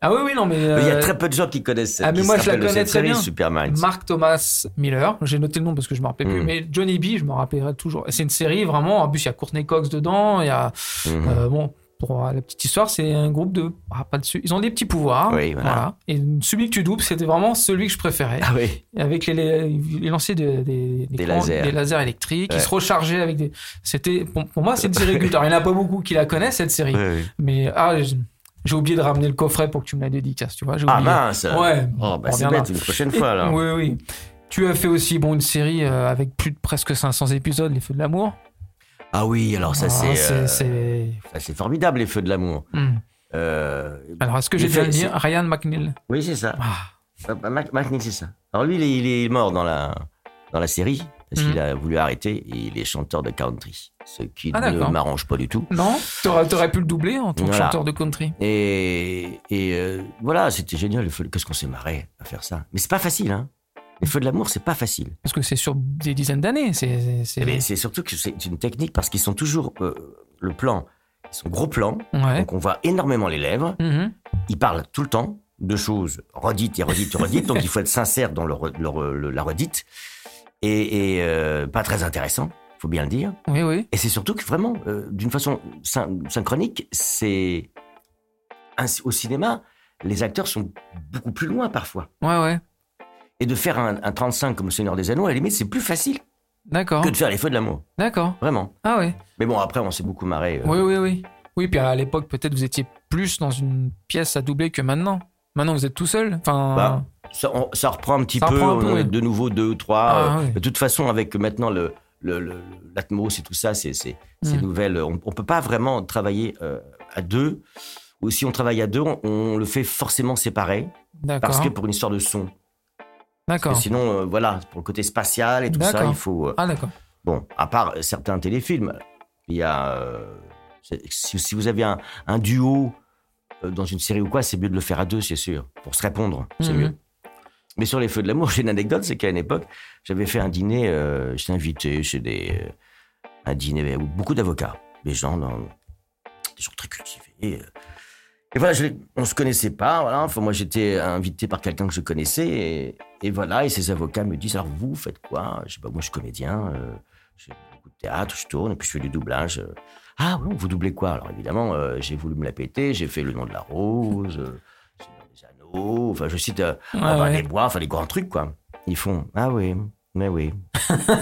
ah oui, oui, non, mais. Mais Il y a euh, très peu de gens qui connaissent ah, mais qui moi, se je la rappellent de connais cette très série, bien. Superman. Mark Thomas Miller, j'ai noté le nom parce que je me rappelais plus, Mm. mais Johnny B, je me rappellerai toujours. C'est une série vraiment, en plus il y a Courtney Cox dedans, il y a Mhm. Euh, bon, pour euh, la petite histoire, c'est un groupe de. ah, pas de su- Ils ont des petits pouvoirs. Oui, voilà. Et celui que tu doubles, c'était vraiment celui que je préférais. Ah oui, Avec les, les, ils lançaient des, des, Des grands- lasers. des lasers électriques. Ouais. Ils se rechargeaient avec des. C'était pour, pour moi, c'est une série culte. Alors, il n'y en a pas beaucoup qui la connaissent cette série. Mais ah, j'ai- j'ai oublié de ramener le coffret pour que tu me la dédicaces. Tu vois, j'ai Ah oublié. mince Ouais. Oh, bah On c'est reviendra. bête, une prochaine fois alors. Oui, oui. Tu as fait aussi bon une série euh, avec plus de presque 500 épisodes, les Feux de l'amour. Ah oui, alors ça Ah, c'est euh, c'est- ça, c'est formidable, les feux de l'amour. Hmm. Euh, Alors, est-ce que Les j'ai bien faits, dit Ryan McNeil oui, c'est ça. Ah. Euh, Mac- McNeil, c'est ça. Alors lui, il est, il est mort dans la, dans la série parce Mhm. qu'il a voulu arrêter et il est chanteur de country, ce qui Ah, ne d'accord. m'arrange pas du tout. Non, t'aurais, t'aurais pu le doubler en tant que Voilà. chanteur de country. Et, et, euh, voilà, c'était génial. le feu- Qu'est-ce qu'on s'est marré à faire ça. Mais c'est pas facile, hein. Les feux de l'amour, c'est pas facile. Parce que c'est sur des dizaines d'années. C'est, c'est- c'est- Mais c'est surtout que c'est une technique parce qu'ils sont toujours euh, le plan, ils sont gros plans, Ouais. donc on voit énormément les lèvres. Mhm. Ils parlent tout le temps de choses redites et redites et redites, donc il faut être sincère dans leur, leur- le- la redite et, et, euh, pas très intéressant, faut bien le dire. Oui, oui. Et c'est surtout que vraiment, euh, d'une façon syn- synchronique, c'est ainsi- au cinéma, les acteurs sont beaucoup plus loin parfois. Ouais, ouais. Et de faire un, un 35 comme Seigneur des Anneaux, à la limite, c'est plus facile D'accord. que de faire les feux de l'amour, D'accord. vraiment. Ah ouais. Mais bon, après, on s'est beaucoup marré. euh, Oui, oui, oui. Oui, puis à l'époque, peut-être vous étiez plus dans une pièce à doubler que maintenant. Maintenant, vous êtes tout seul. Enfin. Bah, Ça, on- ça reprend un petit Ça peu, reprend un peu, on est oui. de nouveau deux, trois. Ah, euh, oui. De toute façon, avec maintenant le, le- le- l'atmos et tout ça, c'est, c'est, ces Mm. nouvelles, on, on peut pas vraiment travailler euh, à deux. Ou si on travaille à deux, on, on le fait forcément séparé, D'accord. parce que pour une histoire de son. D'accord. Parce que sinon, euh, voilà, pour le côté spatial et tout ça, D'accord. il faut. euh, Ah d'accord. Bon, à part euh, certains téléfilms, il y a. euh, c'est- si, si vous avez un, un duo euh, dans une série ou quoi, c'est mieux de le faire à deux, c'est sûr, pour se répondre, c'est Mhm. mieux. Mais sur les feux de l'amour, j'ai une anecdote, c'est qu'à une époque, j'avais fait un dîner, euh, j'étais invité chez des. euh, un dîner où beaucoup d'avocats, des gens, dans- des gens très cultivés. euh. Et voilà, je les- on se connaissait pas, voilà. Enfin, moi, j'étais invité par quelqu'un que je connaissais, et, et voilà, et ces avocats me disent Alors, vous, vous faites quoi Je sais pas, moi, je suis comédien, euh, je fais beaucoup de théâtre, je tourne, et puis je fais du doublage. euh. Ah, oui, vous doublez quoi Alors, évidemment, euh, j'ai voulu me la péter, j'ai fait Le nom de la rose, euh, j'ai fait les anneaux, enfin, je cite euh, Ouais, ah, bah, les ouais. bois, enfin, les grands trucs, quoi. Ils font Ah, oui, mais oui.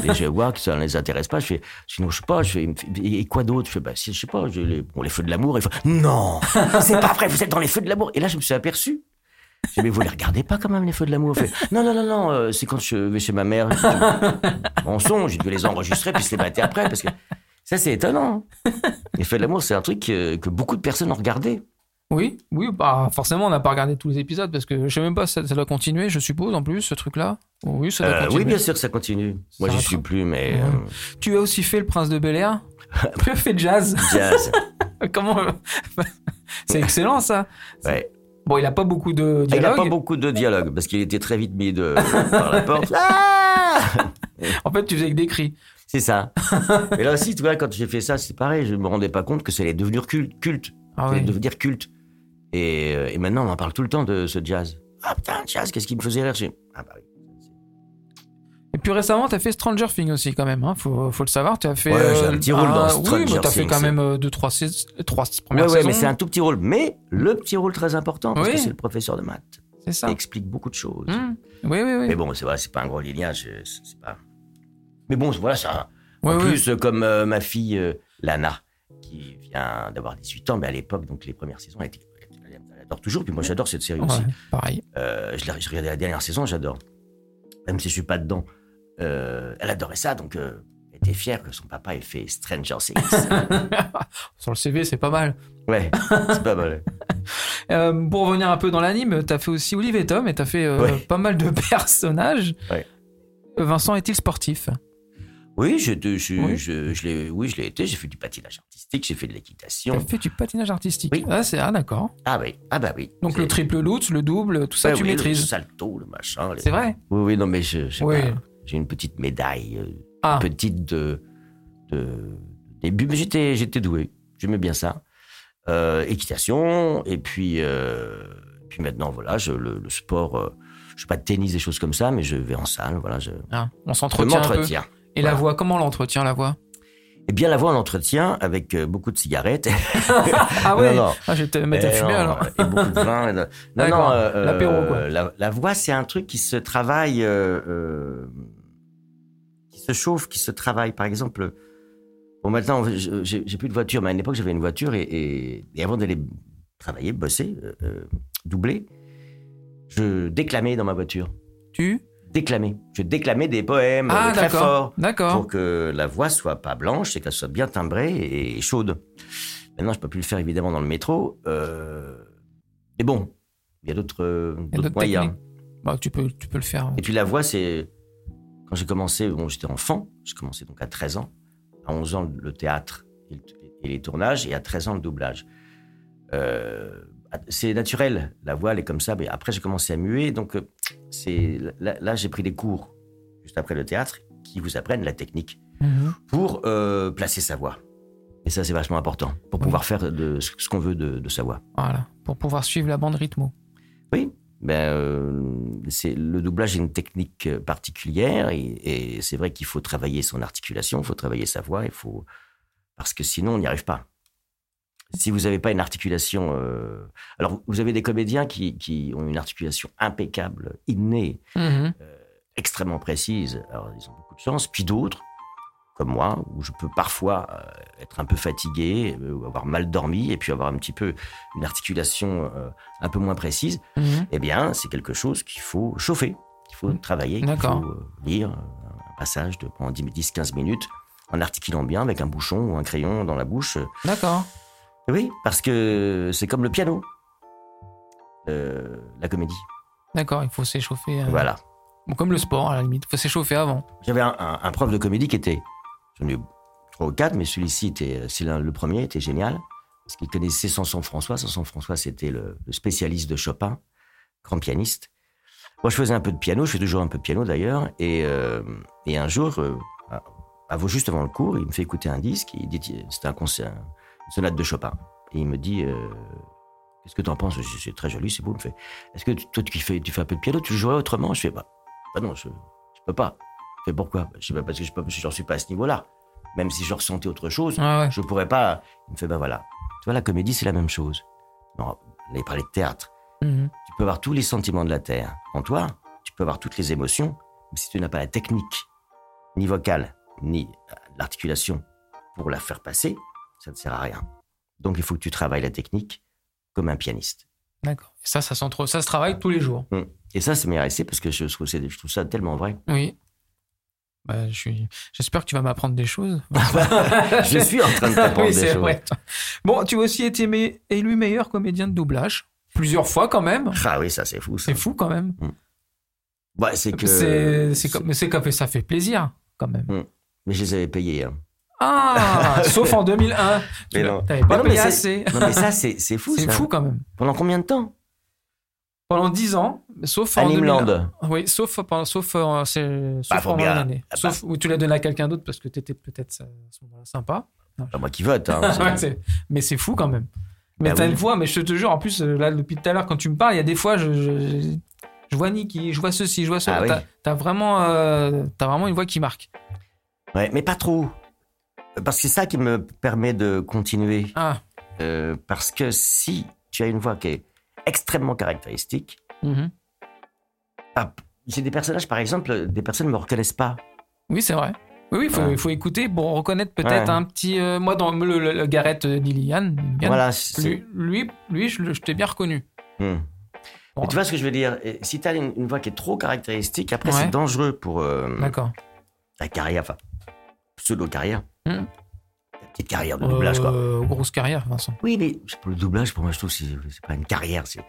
et je vois que ça ne les intéresse pas. Je fais Sinon, je sais pas, je fais, il me fait, et et quoi d'autre Je fais Bah, si, je sais pas, je- les, bon, les feux de l'amour. Ils font Non C'est pas vrai, vous êtes dans les feux de l'amour. Et là, je me suis aperçu. Je dis, mais vous les regardez pas quand même, les feux de l'amour Fait, Non, non, non, non, euh, c'est quand je vais chez ma mère. Mensonge, j'ai dû les enregistrer puis se les mater après. Parce que ça, c'est étonnant. hein. Les feux de l'amour, c'est un truc que, que beaucoup de personnes ont regardé. Oui, oui. Bah forcément, on n'a pas regardé tous les épisodes parce que je sais même pas ça, ça doit continuer, je suppose en plus ce truc-là. Oui, ça doit Euh, continuer. oui, bien sûr que ça continue. Moi, Ça j'y rattrape. suis plus, mais Ouais. euh, Tu as aussi fait le Prince de Bel Air. tu as fait jazz. jazz. Comment C'est excellent ça. Ouais. Bon, il a pas beaucoup de Ah, Il n'a dialogue. pas beaucoup de dialogue parce qu'il était très vite mis de, par la porte. Ah En fait, tu faisais que des cris. c'est ça. Et là aussi, tu vois, quand j'ai fait ça, c'est pareil. Je me rendais pas compte que ça allait devenir culte. culte. Ah Ça allait oui. devenir culte. Et, euh, et maintenant, on en parle tout le temps de ce jazz. Ah putain, le jazz, qu'est-ce qui me faisait rire J'ai- Ah bah oui. Et puis récemment, t'as fait Stranger Things aussi quand même. Hein. Faut, faut le savoir. T'as fait. euh, ah, Ouais, j'ai un petit rôle dans Stranger Oui, mais t'as fait Things, quand c'est- même euh, deux, trois, sais- trois Ouais, premières ouais, saisons. mais c'est un tout petit rôle. Mais le petit rôle très important parce Oui. que c'est le professeur de maths. C'est ça. Il explique beaucoup de choses. Hmm. Oui, oui, oui. Mais bon, c'est vrai, c'est pas un gros lignage. euh, c'est- c'est pas- Mais bon, voilà, ça. Ouais, en ouais. plus, euh, comme euh, ma fille euh, Lana, qui vient d'avoir 18 ans, mais à l'époque, donc les premières saisons, elle, était- elle- elle adore toujours. Puis moi, j'adore cette série Ouais, aussi. pareil. Euh, je, l'ai- je regardais la dernière saison, j'adore. Même si je suis pas dedans. Euh, elle adorait ça, donc euh, elle était était fier que son papa ait fait Stranger Things. Sur le CV, c'est pas mal. ouais, c'est pas mal. Euh, pour revenir un peu dans l'anime, t'as fait aussi Olive et Tom et t'as fait euh, Ouais. pas mal de personnages. Ouais. Vincent est-il sportif Oui, je, je, je- Oui. je- je l'ai, oui, je l'ai été. J'ai fait du patinage artistique, j'ai fait de T'as l'équitation. fait du patinage artistique. Oui. Ah, c'est ah, d'accord. Ah oui, ah bah oui. Donc C'est- le triple loot, le double, tout ça, Ouais, tu Ben oui, Le maîtrises. salto, le machin. les- C'est vrai Oui, oui, non, mais je, je sais Oui. pas. J'ai une petite médaille, euh, Ah, petite de, de début, mais j'étais, j'étais doué. J'aimais bien ça. Euh, équitation, et puis, euh, puis maintenant, voilà, je, le, le sport, euh, je fais pas de tennis, des choses comme ça, mais je vais en salle, voilà, je, je ah, on s'entretient un peu. m'entretien. Et la Voilà. voix, comment l'entretient la voix Eh bien, la voix, on l'entretient avec euh, beaucoup de cigarettes. Ah ouais non, non. Ah, je vais te mettre à Eh fumer non, alors. Et beaucoup de vin. et de- Non, D'accord, non, euh, l'apéro, quoi. euh, La, la voix, c'est un truc qui se travaille, euh, euh, qui se chauffe, qui se travaille. Par exemple, bon, maintenant, je- j'ai j'ai plus de voiture, mais à une époque, j'avais une voiture et, et- et avant d'aller travailler, bosser, euh, euh, doubler, je déclamais dans ma voiture. Tu Déclamais. Je déclamais des poèmes Ah, euh, très d'accord. forts D'accord. pour que la voix soit pas blanche et qu'elle soit bien timbrée et chaude. Maintenant, je peux plus le faire évidemment dans le métro. euh, Mais bon, il y a d'autres euh, y a d'autres d'autres moyens. techniques. Bah, tu, peux, tu peux le faire. Et puis la voix, c'est quand j'ai commencé, bon, j'étais enfant, j'ai commencé donc à 13 ans, à 11 ans le théâtre et le- et les tournages, et à 13 ans le doublage. Euh, c'est naturel, la voix elle est comme ça, mais après j'ai commencé à muer, donc euh, c'est là, là, j'ai pris des cours juste après le théâtre qui vous apprennent la technique Mhm. pour euh, placer sa voix. Et ça, c'est vachement important pour Oui. pouvoir faire de ce ce qu'on veut de, de sa voix. Voilà. Pour pouvoir suivre la bande rythmo. Ben, euh, c'est le doublage est une technique euh, particulière et, et c'est vrai qu'il faut travailler son articulation, il faut travailler sa voix, il faut parce que sinon on n'y arrive pas. Si vous n'avez pas une articulation, euh, alors vous- vous avez des comédiens qui, qui ont une articulation impeccable, innée, Mhm. extrêmement précise. Alors, ils ont beaucoup de chance. Puis d'autres, comme moi, où je peux parfois euh, être un peu fatigué, euh, ou avoir mal dormi, et puis avoir un petit peu une articulation euh, un peu moins précise. Mhm. Eh bien, c'est quelque chose qu'il faut chauffer, qu'il faut travailler, qu'il Mmh. D'accord. faut euh, lire euh, un passage de pendant 10-15 minutes en articulant bien avec un bouchon ou un crayon dans la bouche. D'accord. Oui, parce que c'est comme le piano, Euh, la comédie. D'accord, il faut s'échauffer. euh, Voilà. Bon, comme le sport, à la limite. Il faut s'échauffer avant. J'avais un, un- un prof de comédie qui était, j'en ai eu trois ou quatre, mais celui-ci était, c'est l'un- le premier, était génial. Parce qu'il connaissait Samson François. Samson François, c'était le, le spécialiste de Chopin, grand pianiste. Moi, je faisais un peu de piano, je fais toujours un peu de piano d'ailleurs. Et, euh, et un jour, euh, à- avant- juste avant le cours, il me fait écouter un disque. Il dit, tiens, c'était un concert, une sonate de Chopin. Et il me dit, euh, qu'est-ce que t'en penses Je dis, C'est très joli, c'est beau. Il me fait, est-ce que tu- toi, tu fais, tu fais un peu de piano, tu le jouerais autrement Je fais, bah, bah non, je, je peux pas. Mais pourquoi Je sais pas, parce que je peux- je n'en suis pas à ce niveau-là. Même si je ressentais autre chose, Ah ouais. je pourrais pas. Il me fait, ben voilà. Tu vois, la comédie, c'est la même chose. Non, là, il parlait de théâtre. Mhm. Tu peux avoir tous les sentiments de la Terre en toi, tu peux avoir toutes les émotions, mais si tu n'as pas la technique, ni vocale, ni euh, l'articulation pour la faire passer, ça ne sert à rien. Donc, il faut que tu travailles la technique comme un pianiste. D'accord. Et Ça, ça, s'entre- ça se travaille tous les jours. Et ça, ça m'est resté parce que je trouve, c'est- je trouve ça tellement vrai. Oui. Bah, je suis... J'espère que tu vas m'apprendre des choses. Je suis en train de t'apprendre Ah Oui, des c'est choses. vrai. Bon, tu as aussi été mé- élu meilleur comédien de doublage. Plusieurs fois quand même. Ah oui, ça, c'est fou. ça. C'est fou quand même. Ouais, c'est que. C'est c'est comme... mais c'est comme- ça fait plaisir quand même. Mais je les avais payés. hein. Ah Sauf en 2001. Tu Mais n'as- non. t'avais pas Mais non, mais payé c'est- assez. Non, mais ça, c'est c'est fou. C'est ça. fou quand même. Pendant combien de temps Pendant 10 ans, sauf À en 2001. Nimland. Oui, sauf pendant, sauf, euh, c'est- sauf Bah, faut pendant bien- l'année. ah, Sauf où tu l'as donné à quelqu'un d'autre parce que tu étais peut-être euh, à ce moment-là sympa. Pas moi qui vote. hein. C'est- Ouais, c'est- mais c'est fou quand même. Mais Bah t'as oui. une voix, mais je te jure, en plus, euh, là, depuis tout à l'heure, quand tu me parles, il y a des fois, je, je, je- je vois Niki, je vois ceci, je vois cela. Ah oui. t'as, t'as vraiment, euh, t'as vraiment une voix qui marque. Ouais, mais pas trop. Parce que c'est ça qui me permet de continuer. Ah, Euh, parce que si tu as une voix qui est extrêmement caractéristique, mhm. ah, j'ai des personnages, par exemple, des personnes ne me reconnaissent pas. oui, c'est vrai. Oui, oui, il faut, Ouais. il faut écouter pour reconnaître peut-être Ouais. un petit. euh, moi, dans le, le, le Gareth Lillian, Lillian, Voilà. c'est- lui, lui, lui, je, le- je t'ai bien reconnu. Hmm. Bon. Mais tu vois ce que je veux dire Et Si tu as une, une voix qui est trop caractéristique, après, Ouais. c'est dangereux pour euh, D'accord. la carrière. Enfin, pseudo-carrière. Hmm. La petite carrière de doublage, quoi. Euh, grosse carrière, Vincent. Oui, mais c'est pour le doublage, pour moi, je trouve que c'est- c'est pas une carrière, c'est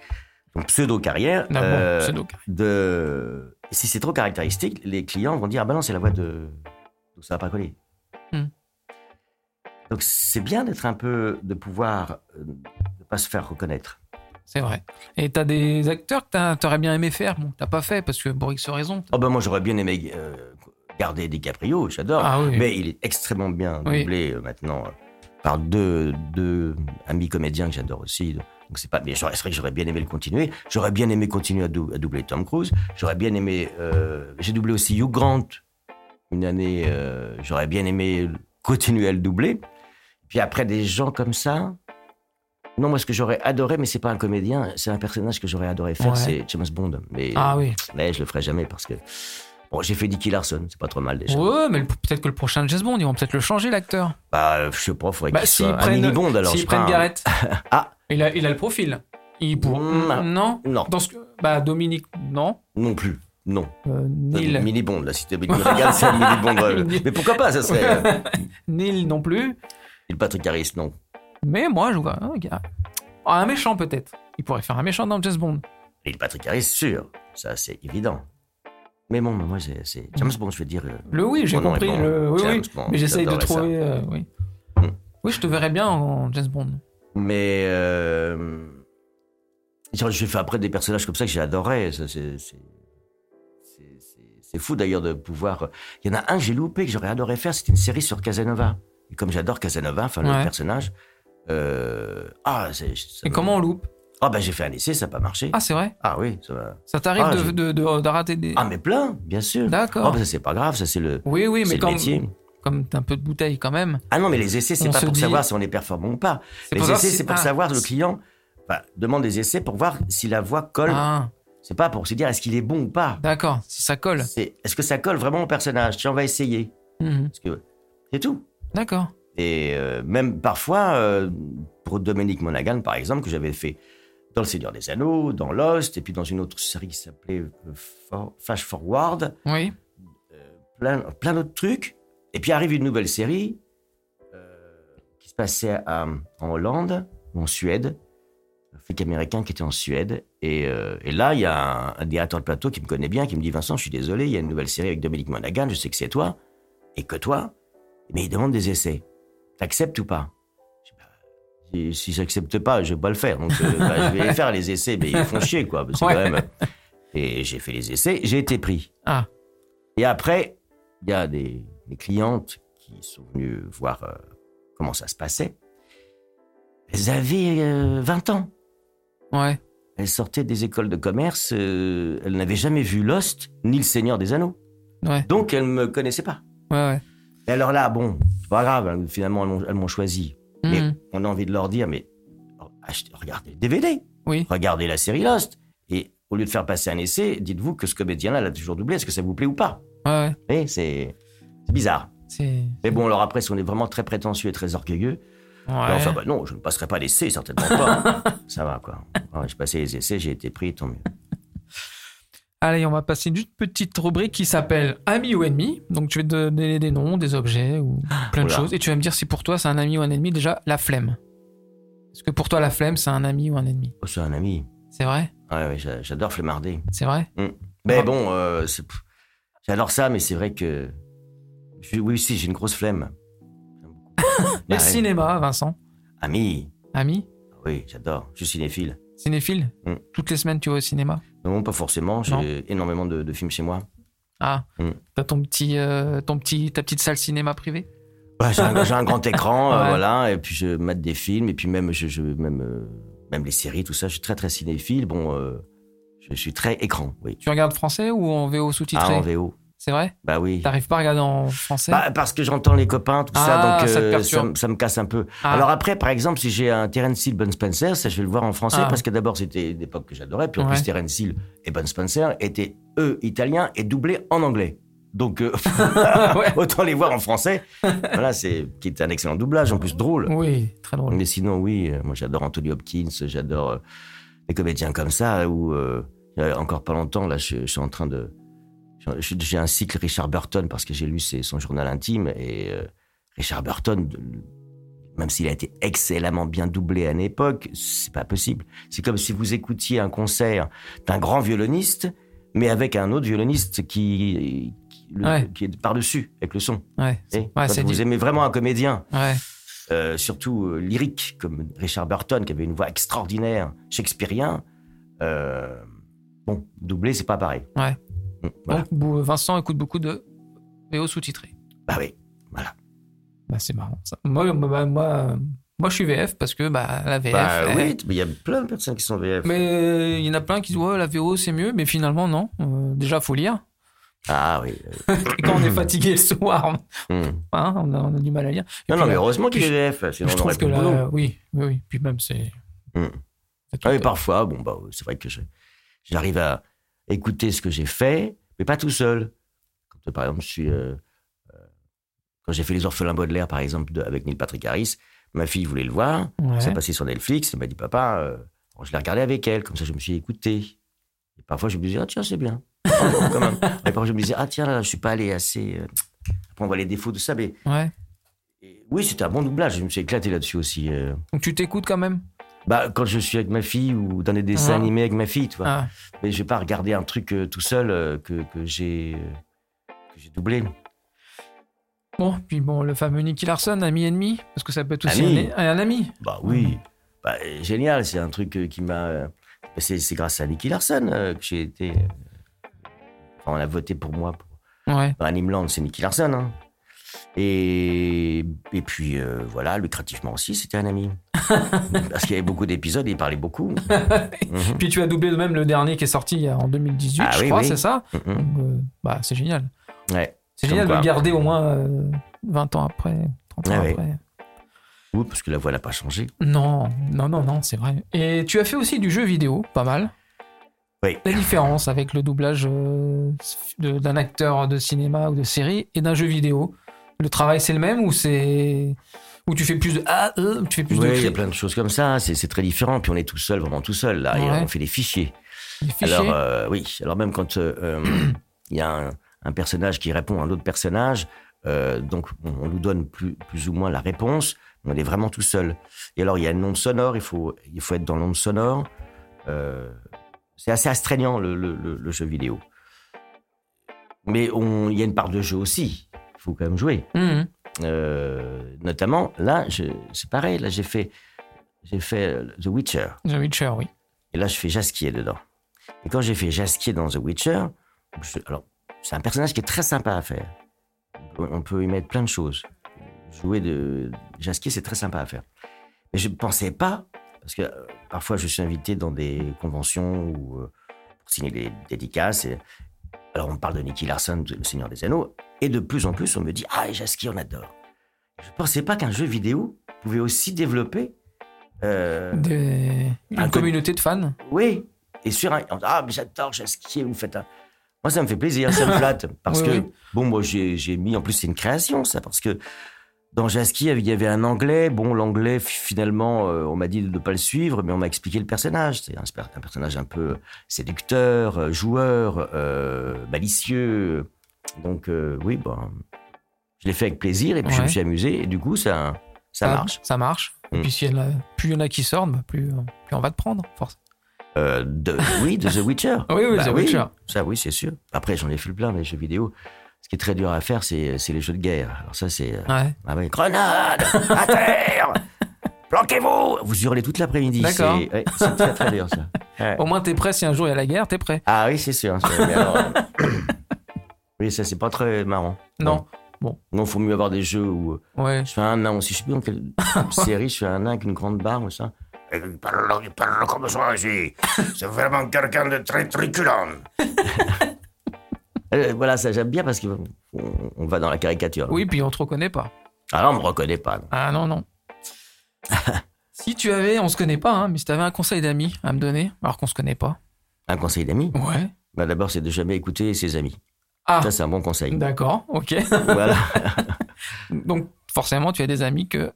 donc pseudo-carrière. Ah bon, euh, c'est donc- de... Si c'est trop caractéristique, les clients vont dire Ah ben non, c'est la voix de. Donc ça va pas coller. Hmm. Donc c'est bien d'être un peu. de pouvoir. euh, ne pas se faire reconnaître. C'est vrai. Et t'as des acteurs que t'as- t'aurais bien aimé faire, bon, t'as pas fait parce que pour X raison. Oh ben moi, j'aurais bien aimé euh, garder DiCaprio, j'adore. Ah oui. Mais il est extrêmement bien Oui. doublé euh, maintenant euh, par deux, deux amis comédiens que j'adore aussi. Donc c'est pas, mais j'aurais, c'est vrai que j'aurais bien aimé le continuer. J'aurais bien aimé continuer à, dou- à doubler Tom Cruise. J'aurais bien aimé. euh, j'ai doublé aussi Hugh Grant une année. euh, j'aurais bien aimé continuer à le doubler. Puis après des gens comme ça. Non, moi ce que j'aurais adoré, mais c'est pas un comédien, c'est un personnage que j'aurais adoré faire, Ouais. c'est James Bond. Mais, Ah oui. mais je le ferai jamais parce que bon, j'ai fait Dicky Larson, c'est pas trop mal déjà. Ouais, mais le- peut-être que le prochain James Bond, ils vont peut-être le changer, l'acteur. Bah, euh, je sais pas, faudrait Bah, qu'il s'ils soit un prennent- mini bond alors. S'ils je prennent prends un- Garrett. Ah. Il a, il a le profil. Il pour... Non. Non Non, Dans ce... Bah, Dominique, non. non plus. Non. Euh, Euh, Neil. Mini bond là, si tu me regardes, c'est un mini bond. euh, Mais pourquoi pas, ça serait. euh, Neil non plus. et le Patrick Harris, non. Mais moi, je vois. ah, Garrett. Ah, un méchant, peut-être. Il pourrait faire un méchant dans James Bond. Et le Patrick Harris, sûr. Ça, c'est évident. Mais bon, moi, c'est c'est James Bond, je veux dire. euh, Le oui, j'ai mon nom est compris. Bond. le- oui, James oui. Bond, Mais j'essaye de j'adorerais ça. trouver. euh, oui. Hmm. oui, je te verrais bien en James Bond. Mais. Euh... genre, J'ai fait après des personnages comme ça que j'ai adoré. ça, c'est- c'est- c'est- c'est- C'est fou d'ailleurs de pouvoir. euh, Il y en a un que j'ai loupé que j'aurais adoré faire, c'était une série sur Casanova. Et comme j'adore Casanova, enfin Ouais. le personnage. euh, Ah, c'est. ça Et me- comment on loupe Ah, ben j'ai fait un essai, ça n'a pas marché. Ah, Ah, c'est vrai oui, ça va. Ça t'arrive Ah, de, je- de- de- de rater des. Ah, mais plein, bien sûr. Ah, D'accord. ben ça, c'est pas grave, ça, c'est le. oui, oui, c'est mais le comme, métier. comme t'as un peu de bouteille quand même. Ah non, mais les essais, c'est On pas se pour dit- savoir si on est performant ou pas. Les savoir essais, si- c'est pour ah, savoir le client enfin, demande des essais pour voir si la voix colle Ah, C'est pas pour se dire est-ce qu'il est bon ou pas. d'accord, si ça colle. C'est est-ce que ça colle vraiment au personnage Tiens, on va essayer. Mhm. Parce que c'est tout. D'accord. Et euh, même parfois, euh, pour Dominique Monaghan, par exemple, que j'avais fait dans Le Seigneur des Anneaux, dans Lost, et puis dans une autre série qui s'appelait euh, For- Flash Forward, Oui. euh, plein, plein d'autres trucs. Et puis arrive une nouvelle série euh, qui se passait à- en Hollande ou en Suède. Un flic américain qui était en Suède. Et, euh, et là, il y a un, un directeur de plateau qui me connaît bien, qui me dit Vincent, je suis désolé, il y a une nouvelle série avec Dominique Monaghan, je sais que c'est toi, et que toi, mais il demande des essais. T'acceptes ou pas Je dis, Bah, si, si j'accepte pas, je vais pas le faire. Donc, euh, bah, je vais les faire les essais, mais ils font chier, quoi. C'est Ouais. quand même. euh, Et j'ai fait les essais, j'ai été pris. Ah. Et après, il y a des, des clientes qui sont venues voir euh, comment ça se passait. Elles avaient euh, 20 ans. Ouais. Elles sortaient des écoles de commerce. euh, elles n'avaient jamais vu Lost ni Le Seigneur des Anneaux. Ouais. Donc, elles ne me connaissaient pas. Ouais, ouais. Et alors là, bon, c'est pas grave. hein, Finalement, elles m'ont- elles m'ont choisi. Mais Mhm. on a envie de leur dire, mais oh, achetez- regardez le DVD. Oui. Regardez la série Lost. Et au lieu de faire passer un essai, dites-vous que ce comédien-là l'a toujours doublé. Est-ce que ça vous plaît ou pas Ouais, ouais. Vous voyez, c'est c'est bizarre. C'est. Mais bon, alors après, si on est vraiment très prétentieux et très orgueilleux, Ouais. alors enfin, bah non, je ne passerai pas l'essai, certainement pas. ça va, quoi. Ouais, j'ai passé les essais, j'ai été pris, tant mieux. Allez, on va passer d'une petite rubrique qui s'appelle Ami ou ennemi. Donc, tu vas te donner des noms, des objets ou plein de oula. choses. Et tu vas me dire si pour toi, c'est un ami ou un ennemi. Déjà, la flemme. Est-ce que pour toi, la flemme, c'est un ami ou un ennemi Oh, c'est un ami. Ah C'est vrai Ouais, ouais, j'a- j'adore flemmarder. C'est vrai Mais Ah. bon, euh, c'est- pff, j'adore ça, mais c'est vrai que. je- oui, si, j'ai une grosse flemme. Bah, Le ouais. cinéma, Vincent. Ami. Ami Oui, j'adore. Je suis cinéphile. Cinéphile Mm. Toutes les semaines, tu vas au cinéma Non, pas forcément. Non. J'ai énormément de, de films chez moi. Ah, Mm. t'as ton petit, euh, ton petit, ta petite salle cinéma privée Ouais, j'ai, un, j'ai un grand écran, euh, Ouais. voilà, et puis je mate des films, et puis même, je, je- même, euh, même les séries, tout ça. Je suis très, très cinéphile. Bon, euh, je, je suis très écran, oui. Tu regardes français ou en VO Ah, sous-titré en VO. C'est vrai Bah oui. T'arrives pas à regarder en français Bah, parce que j'entends les copains, tout Ah, ça, donc ça te euh, ça, perturbe. me- ça me casse un peu. Ah. Alors après, par exemple, si j'ai un Terence Hill, Bun Spencer, ça je vais le voir en français, Ah. parce que d'abord c'était une époque que j'adorais, puis en Ouais. plus Terence Hill et Bun Spencer étaient eux italiens et doublés en anglais. Donc euh, Ouais. autant les voir en français. voilà, c'est qui est un excellent doublage, en plus drôle. Oui, très drôle. Mais sinon, oui, euh, moi j'adore Anthony Hopkins, j'adore euh, les comédiens comme ça, où euh, euh, encore pas longtemps, là je, je suis en train de, J'ai j'ai un cycle Richard Burton parce que j'ai lu ses- son journal intime et euh, Richard Burton, de- même s'il a été excellemment bien doublé à une époque, c'est pas possible. C'est comme si vous écoutiez un concert d'un grand violoniste, mais avec un autre violoniste qui, qui, le- Ouais. qui est par-dessus avec le son. Ouais. Mm. Et Ouais, quand c'est vous dit. aimez vraiment un comédien, Ouais. euh, surtout euh, lyrique, comme Richard Burton, qui avait une voix extraordinaire, shakespearien, euh, bon, doublé, c'est pas pareil. Ouais. Mm, voilà. Donc, bou- Vincent écoute beaucoup de VO sous-titrés. Bah oui. Bah, c'est marrant ça. Moi, bah, bah, moi, euh, moi, je suis VF parce que bah, la VF. Bah elle- oui, mais il y a plein de personnes qui sont VF. Mais euh, il y en a plein qui disent ouais, la VO c'est mieux, mais finalement non. Euh, déjà, faut lire. Ah oui. euh, Et quand on est fatigué le soir, hum. hein, on, a, on a du mal à lire. Et Non, puis, non, mais là, heureusement puis qu'il est VF, sinon je on aurait trouve que plus de là, boulot. euh, oui, oui, oui. Puis même c'est. Hum. c'est tout- Ah oui, parfois, bon, bah, c'est vrai que je- j'arrive à écouter ce que j'ai fait, mais pas tout seul. Quand, euh, par exemple, je suis. euh, euh, quand j'ai fait Les Orphelins Baudelaire, par exemple, de- avec Neil Patrick Harris, ma fille voulait le voir. Ouais. Ça passait sur Netflix. Elle m'a dit, papa, euh, bon, je l'ai regardé avec elle. Comme ça, je me suis écouté. Et parfois, je me disais, ah tiens, c'est bien. Quand même. Et parfois, je me disais, ah tiens, là, je suis pas allé assez. euh, Après, on voit les défauts de ça. Mais Ouais. et oui, c'était un bon doublage. Je me suis éclaté là-dessus aussi. euh. Donc tu t'écoutes quand même. Bah, quand je suis avec ma fille ou dans des dessins Ah. animés avec ma fille, tu vois. Ah. Mais je vais pas regarder un truc euh, tout seul euh, que, que j'ai euh, que j'ai doublé. Bon, puis bon, le fameux Nicky Larson, ami ennemi, parce que ça peut être aussi Ami. Un, un ami. Bah oui, Bah, euh, génial. C'est un truc euh, qui m'a. euh, C'est c'est grâce à Nicky Larson euh, que j'ai été. euh, enfin, on a voté pour moi pour Ouais. Dans Animeland, c'est Nicky Larson. hein. Et, et puis euh, voilà, lucrativement aussi, c'était un ami. Parce qu'il y avait beaucoup d'épisodes, il parlait beaucoup. Mhm. Puis tu as doublé même le dernier qui est sorti il y a- en 2018, Ah je oui, crois, oui. c'est ça. Mhm. Donc, euh, bah, c'est génial. mmh. Ouais. bah, C'est Comme génial de quoi. le garder au moins euh, 20 ans après, 30 ans Ah oui. après. Oui, parce que la voix n'a pas changé. Non, non, non, non, c'est vrai. Et tu as fait aussi du jeu vidéo, pas mal. Oui. La différence avec le doublage euh, de- d'un acteur de cinéma ou de série et d'un jeu vidéo. Le travail, c'est le même ou c'est. Ou tu fais plus de. Ah, euh, tu fais plus Oui, de. il y a cré- plein de choses comme ça, c'est c'est très différent. Puis on est tout seul, vraiment tout seul, là, et Ouais. on fait des fichiers. des fichiers. Alors, euh, oui, alors même quand euh, euh, il y a un, un personnage qui répond à un autre personnage, euh, donc on, on nous donne plus, plus ou moins la réponse, mais on est vraiment tout seul. Et alors, il y a une onde sonore, il faut, il faut être dans l'onde sonore. Euh, c'est assez astreignant, le, le- le- le jeu vidéo. Mais on- il y a une part de jeu aussi, il faut quand même jouer. Mhm. Euh, notamment, là, je- c'est pareil, là, j'ai fait, j'ai fait euh, The Witcher. The Witcher, oui. Et là, je fais Jaskier dedans. Et quand j'ai fait Jaskier dans The Witcher, je- alors, c'est un personnage qui est très sympa à faire. On peut- On peut y mettre plein de choses. Jouer de Jaskier, c'est très sympa à faire. Mais je ne pensais pas, parce que euh, parfois je suis invité dans des conventions ou euh, pour signer des dédicaces. et- alors on parle de Nicky Larson, de Le Seigneur des Anneaux, et de plus en plus on me dit Ah, Jaskier, on adore. Je ne pensais pas qu'un jeu vidéo pouvait aussi développer. euh, Des- Une un co- communauté de fans. oui. Et sur un. on dit, Ah, mais j'adore, j'ai skié, vous faites un. Moi, ça me fait plaisir, ça me flatte. Parce Oui, que, oui. bon, moi, j'ai j'ai mis. En plus, c'est une création, ça, parce que. Dans Jaski, il y avait un anglais. Bon, l'anglais, fi- finalement, euh, on m'a dit de ne pas le suivre, mais on m'a expliqué le personnage. C'est un, sper- un personnage un peu séducteur, euh, joueur, euh, malicieux. Donc, euh, oui, bon, je l'ai fait avec plaisir et puis je Ouais. Ah. me suis amusé. Et du coup, ça, ça marche. Bah, Ça marche. Et Mm. puis, s'il y en a- plus il y en a qui sortent, bah, plus, euh, plus on va te prendre, forcément. Euh, de, oui, de The Witcher. Ah Oui, oui, Bah The Witcher. Ça, oui, c'est sûr. Après, j'en ai fait plein, les jeux vidéo. Ce qui est très dur à faire, c'est c'est les jeux de guerre. Alors ça, c'est... euh, Ouais. Ah ouais, grenade À terre Planquez-vous Vous hurlez toute l'après-midi. D'accord. C'est ouais, c'est très, très dur, ça. Ouais. Au moins, t'es prêt. Si un jour il y a la guerre, t'es prêt. Ah oui, c'est sûr. c'est- mais alors, euh, oui, ça, c'est pas très marrant. Non. Non, faut mieux avoir des jeux où... euh, Ouais. Je suis un nain aussi. Je sais plus dans quelle série, je suis un nain avec une grande barbe ou ça. Et il parle il parle comme ça ici. C'est vraiment quelqu'un de très truculent. Euh, voilà, ça j'aime bien parce qu'on on va dans la caricature. Oui, puis on te reconnaît pas. Ah là, on me reconnaît pas. non. Ah non, non. si tu avais, on se connaît pas, hein, mais si tu avais un conseil d'amis à me donner, alors qu'on se connaît pas. Un conseil d'ami Ouais. bah, D'abord, c'est de jamais écouter ses amis. Ah, Ça, c'est un bon conseil. d'accord, ok. voilà. Donc, forcément, tu as des amis que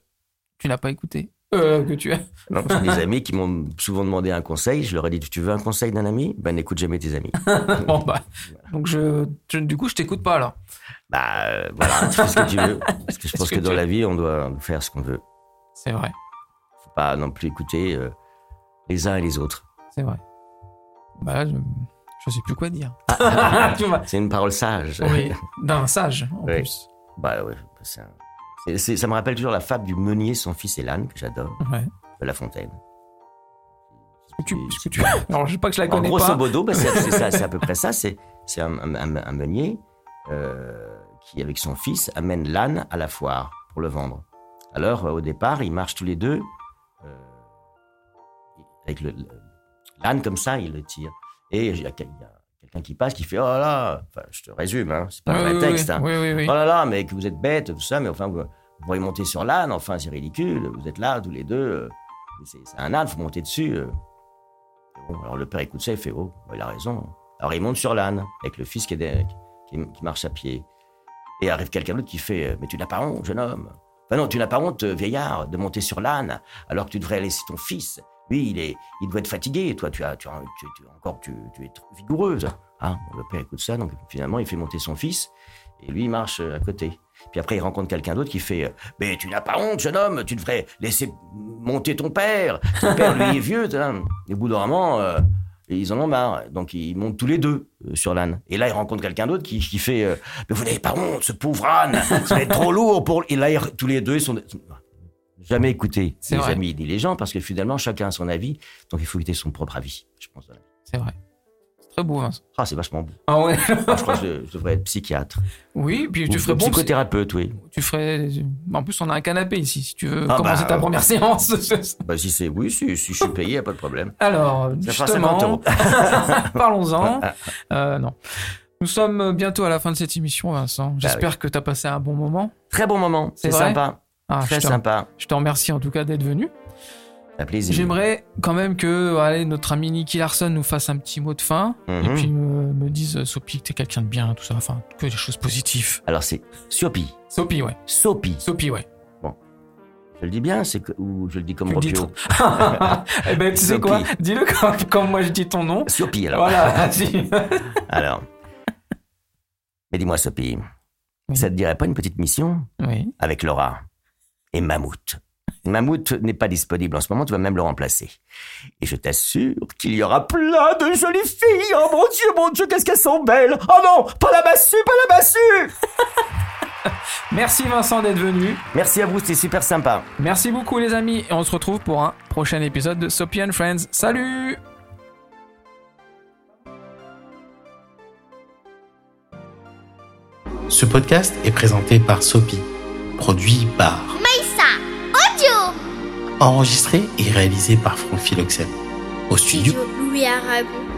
tu n'as pas écoutés. euh, que tu as. Non, j'ai des amis qui m'ont souvent demandé un conseil. Je leur ai dit Tu veux un conseil d'un ami Ben n'écoute jamais tes amis. Bon, bah. Donc, je, je- du coup, je t'écoute pas, là. bah euh, voilà, tu fais ce que tu veux. Parce que je Fais pense ce que, que dans tu la vie, on doit faire ce qu'on veut. C'est vrai, Faut pas non plus écouter euh, les uns et les autres. c'est vrai. Bah là, je, je sais plus quoi dire. tu vois. C'est une parole sage. Oui, d'un sage, en Oui. plus. Bah ouais, c'est un- c'est- c'est- ça me rappelle toujours la fable du meunier, son fils et l'âne, que j'adore, Ouais. de La Fontaine. Est-ce que tu- est-ce que tu- Alors, je sais pas que je la En connais grosso pas. modo, bah, c'est c'est ça, c'est à peu près ça. C'est c'est un, un- un- un meunier euh, qui, avec son fils, amène l'âne à la foire pour le vendre. Alors, euh, au départ, ils marchent tous les deux. euh, avec le- le- l'âne, comme ça, il le tire. Et il y a, quel- il y a quelqu'un qui passe qui fait Oh là là Enfin, Je te résume, hein, c'est pas un Oui, vrai oui, texte. oui. hein. Oui, oui, oui. Oh là là, mais que vous êtes bête, tout ça, mais enfin, vous, vous pourriez monter sur l'âne, enfin, c'est ridicule, vous êtes là, tous les deux, euh, c'est c'est un âne, faut monter dessus. euh. Et bon, alors le père écoute ça, il fait, oh, bah, il a raison. Alors il monte sur l'âne, avec le fils qui, est derrière- qui, qui marche à pied. Et arrive quelqu'un d'autre qui fait, euh, mais tu n'as pas honte, jeune homme. Ben non, tu n'as pas honte, vieillard, de monter sur l'âne, alors que tu devrais laisser ton fils. Lui, il, est, il doit être fatigué, toi, tu, as, tu, as- tu- tu- encore, tu, tu es trop vigoureuse. Ah, bon, le père écoute ça, donc finalement, il fait monter son fils. Et lui, il marche euh, à côté. Puis après, il rencontre quelqu'un d'autre qui fait euh, Mais tu n'as pas honte, jeune homme, tu devrais laisser monter ton père. Ton père, lui, est vieux. t'as. Et au bout d'un moment, euh, ils en ont marre. Donc, ils montent tous les deux euh, sur l'âne. Et là, il rencontre quelqu'un d'autre qui, qui fait euh, Mais vous n'avez pas honte, ce pauvre âne, ça va être trop lourd pour. Et là, ils re- tous les deux, ils sont. Jamais écouter C'est les vrai. amis ni les gens, parce que finalement, chacun a son avis. Donc, il faut écouter son propre avis, je pense. dans la vie. C'est vrai. C'est très beau, Vincent. Ah, c'est vachement beau. Ah ouais Ah, je crois que je, je devrais être psychiatre. Oui, puis Ou- tu ferais ou bon. Psychothérapeute, oui. Tu ferais. En plus, on a un canapé ici, si tu veux Ah commencer bah, ta euh, première séance. Bah, si c'est oui, si, si je suis payé, y a pas de problème. Alors, Ça fera 50 justement, euros. parlons-en. Euh, non. Nous sommes bientôt à la fin de cette émission, Bah Vincent. J'espère que tu as passé un bon moment. Très bon moment, C'est c'est vrai sympa, Ah, je très te- sympa. je te remercie en tout cas d'être venu. À plaisir. J'aimerais quand même que allez, notre ami Nicky Larson nous fasse un petit mot de fin Mhm. et puis me, me dise Sopi que t'es quelqu'un de bien, tout ça, enfin que des choses positives. Alors c'est Sopi, Sopi, ouais. Sopi. Sopi, ouais. Je le dis bien, c'est que ou je le dis comme Tu le dis Ropio. eh ben, tu sais Sopi. quoi Dis-le comme, comme moi je dis ton nom. Sopi alors. Voilà, vas-y. Alors. Mais dis-moi Sopi, Oui. ça te dirait pas une petite mission Oui. avec Laura et Mammouth Mammouth n'est pas disponible en ce moment, tu vas même le remplacer. Et je t'assure qu'il y aura plein de jolies filles. Oh mon Dieu, mon Dieu, qu'est-ce qu'elles sont belles Oh non, pas la massue, pas la massue Merci Vincent d'être venu. Merci à vous, c'était super sympa. Merci beaucoup les amis et on se retrouve pour un prochain épisode de Sopi and Friends. Salut Ce podcast est présenté par Sopi, produit par, Maïssa, audio. enregistré et réalisé par Franck Philoxène. Au studio Louis Aragon.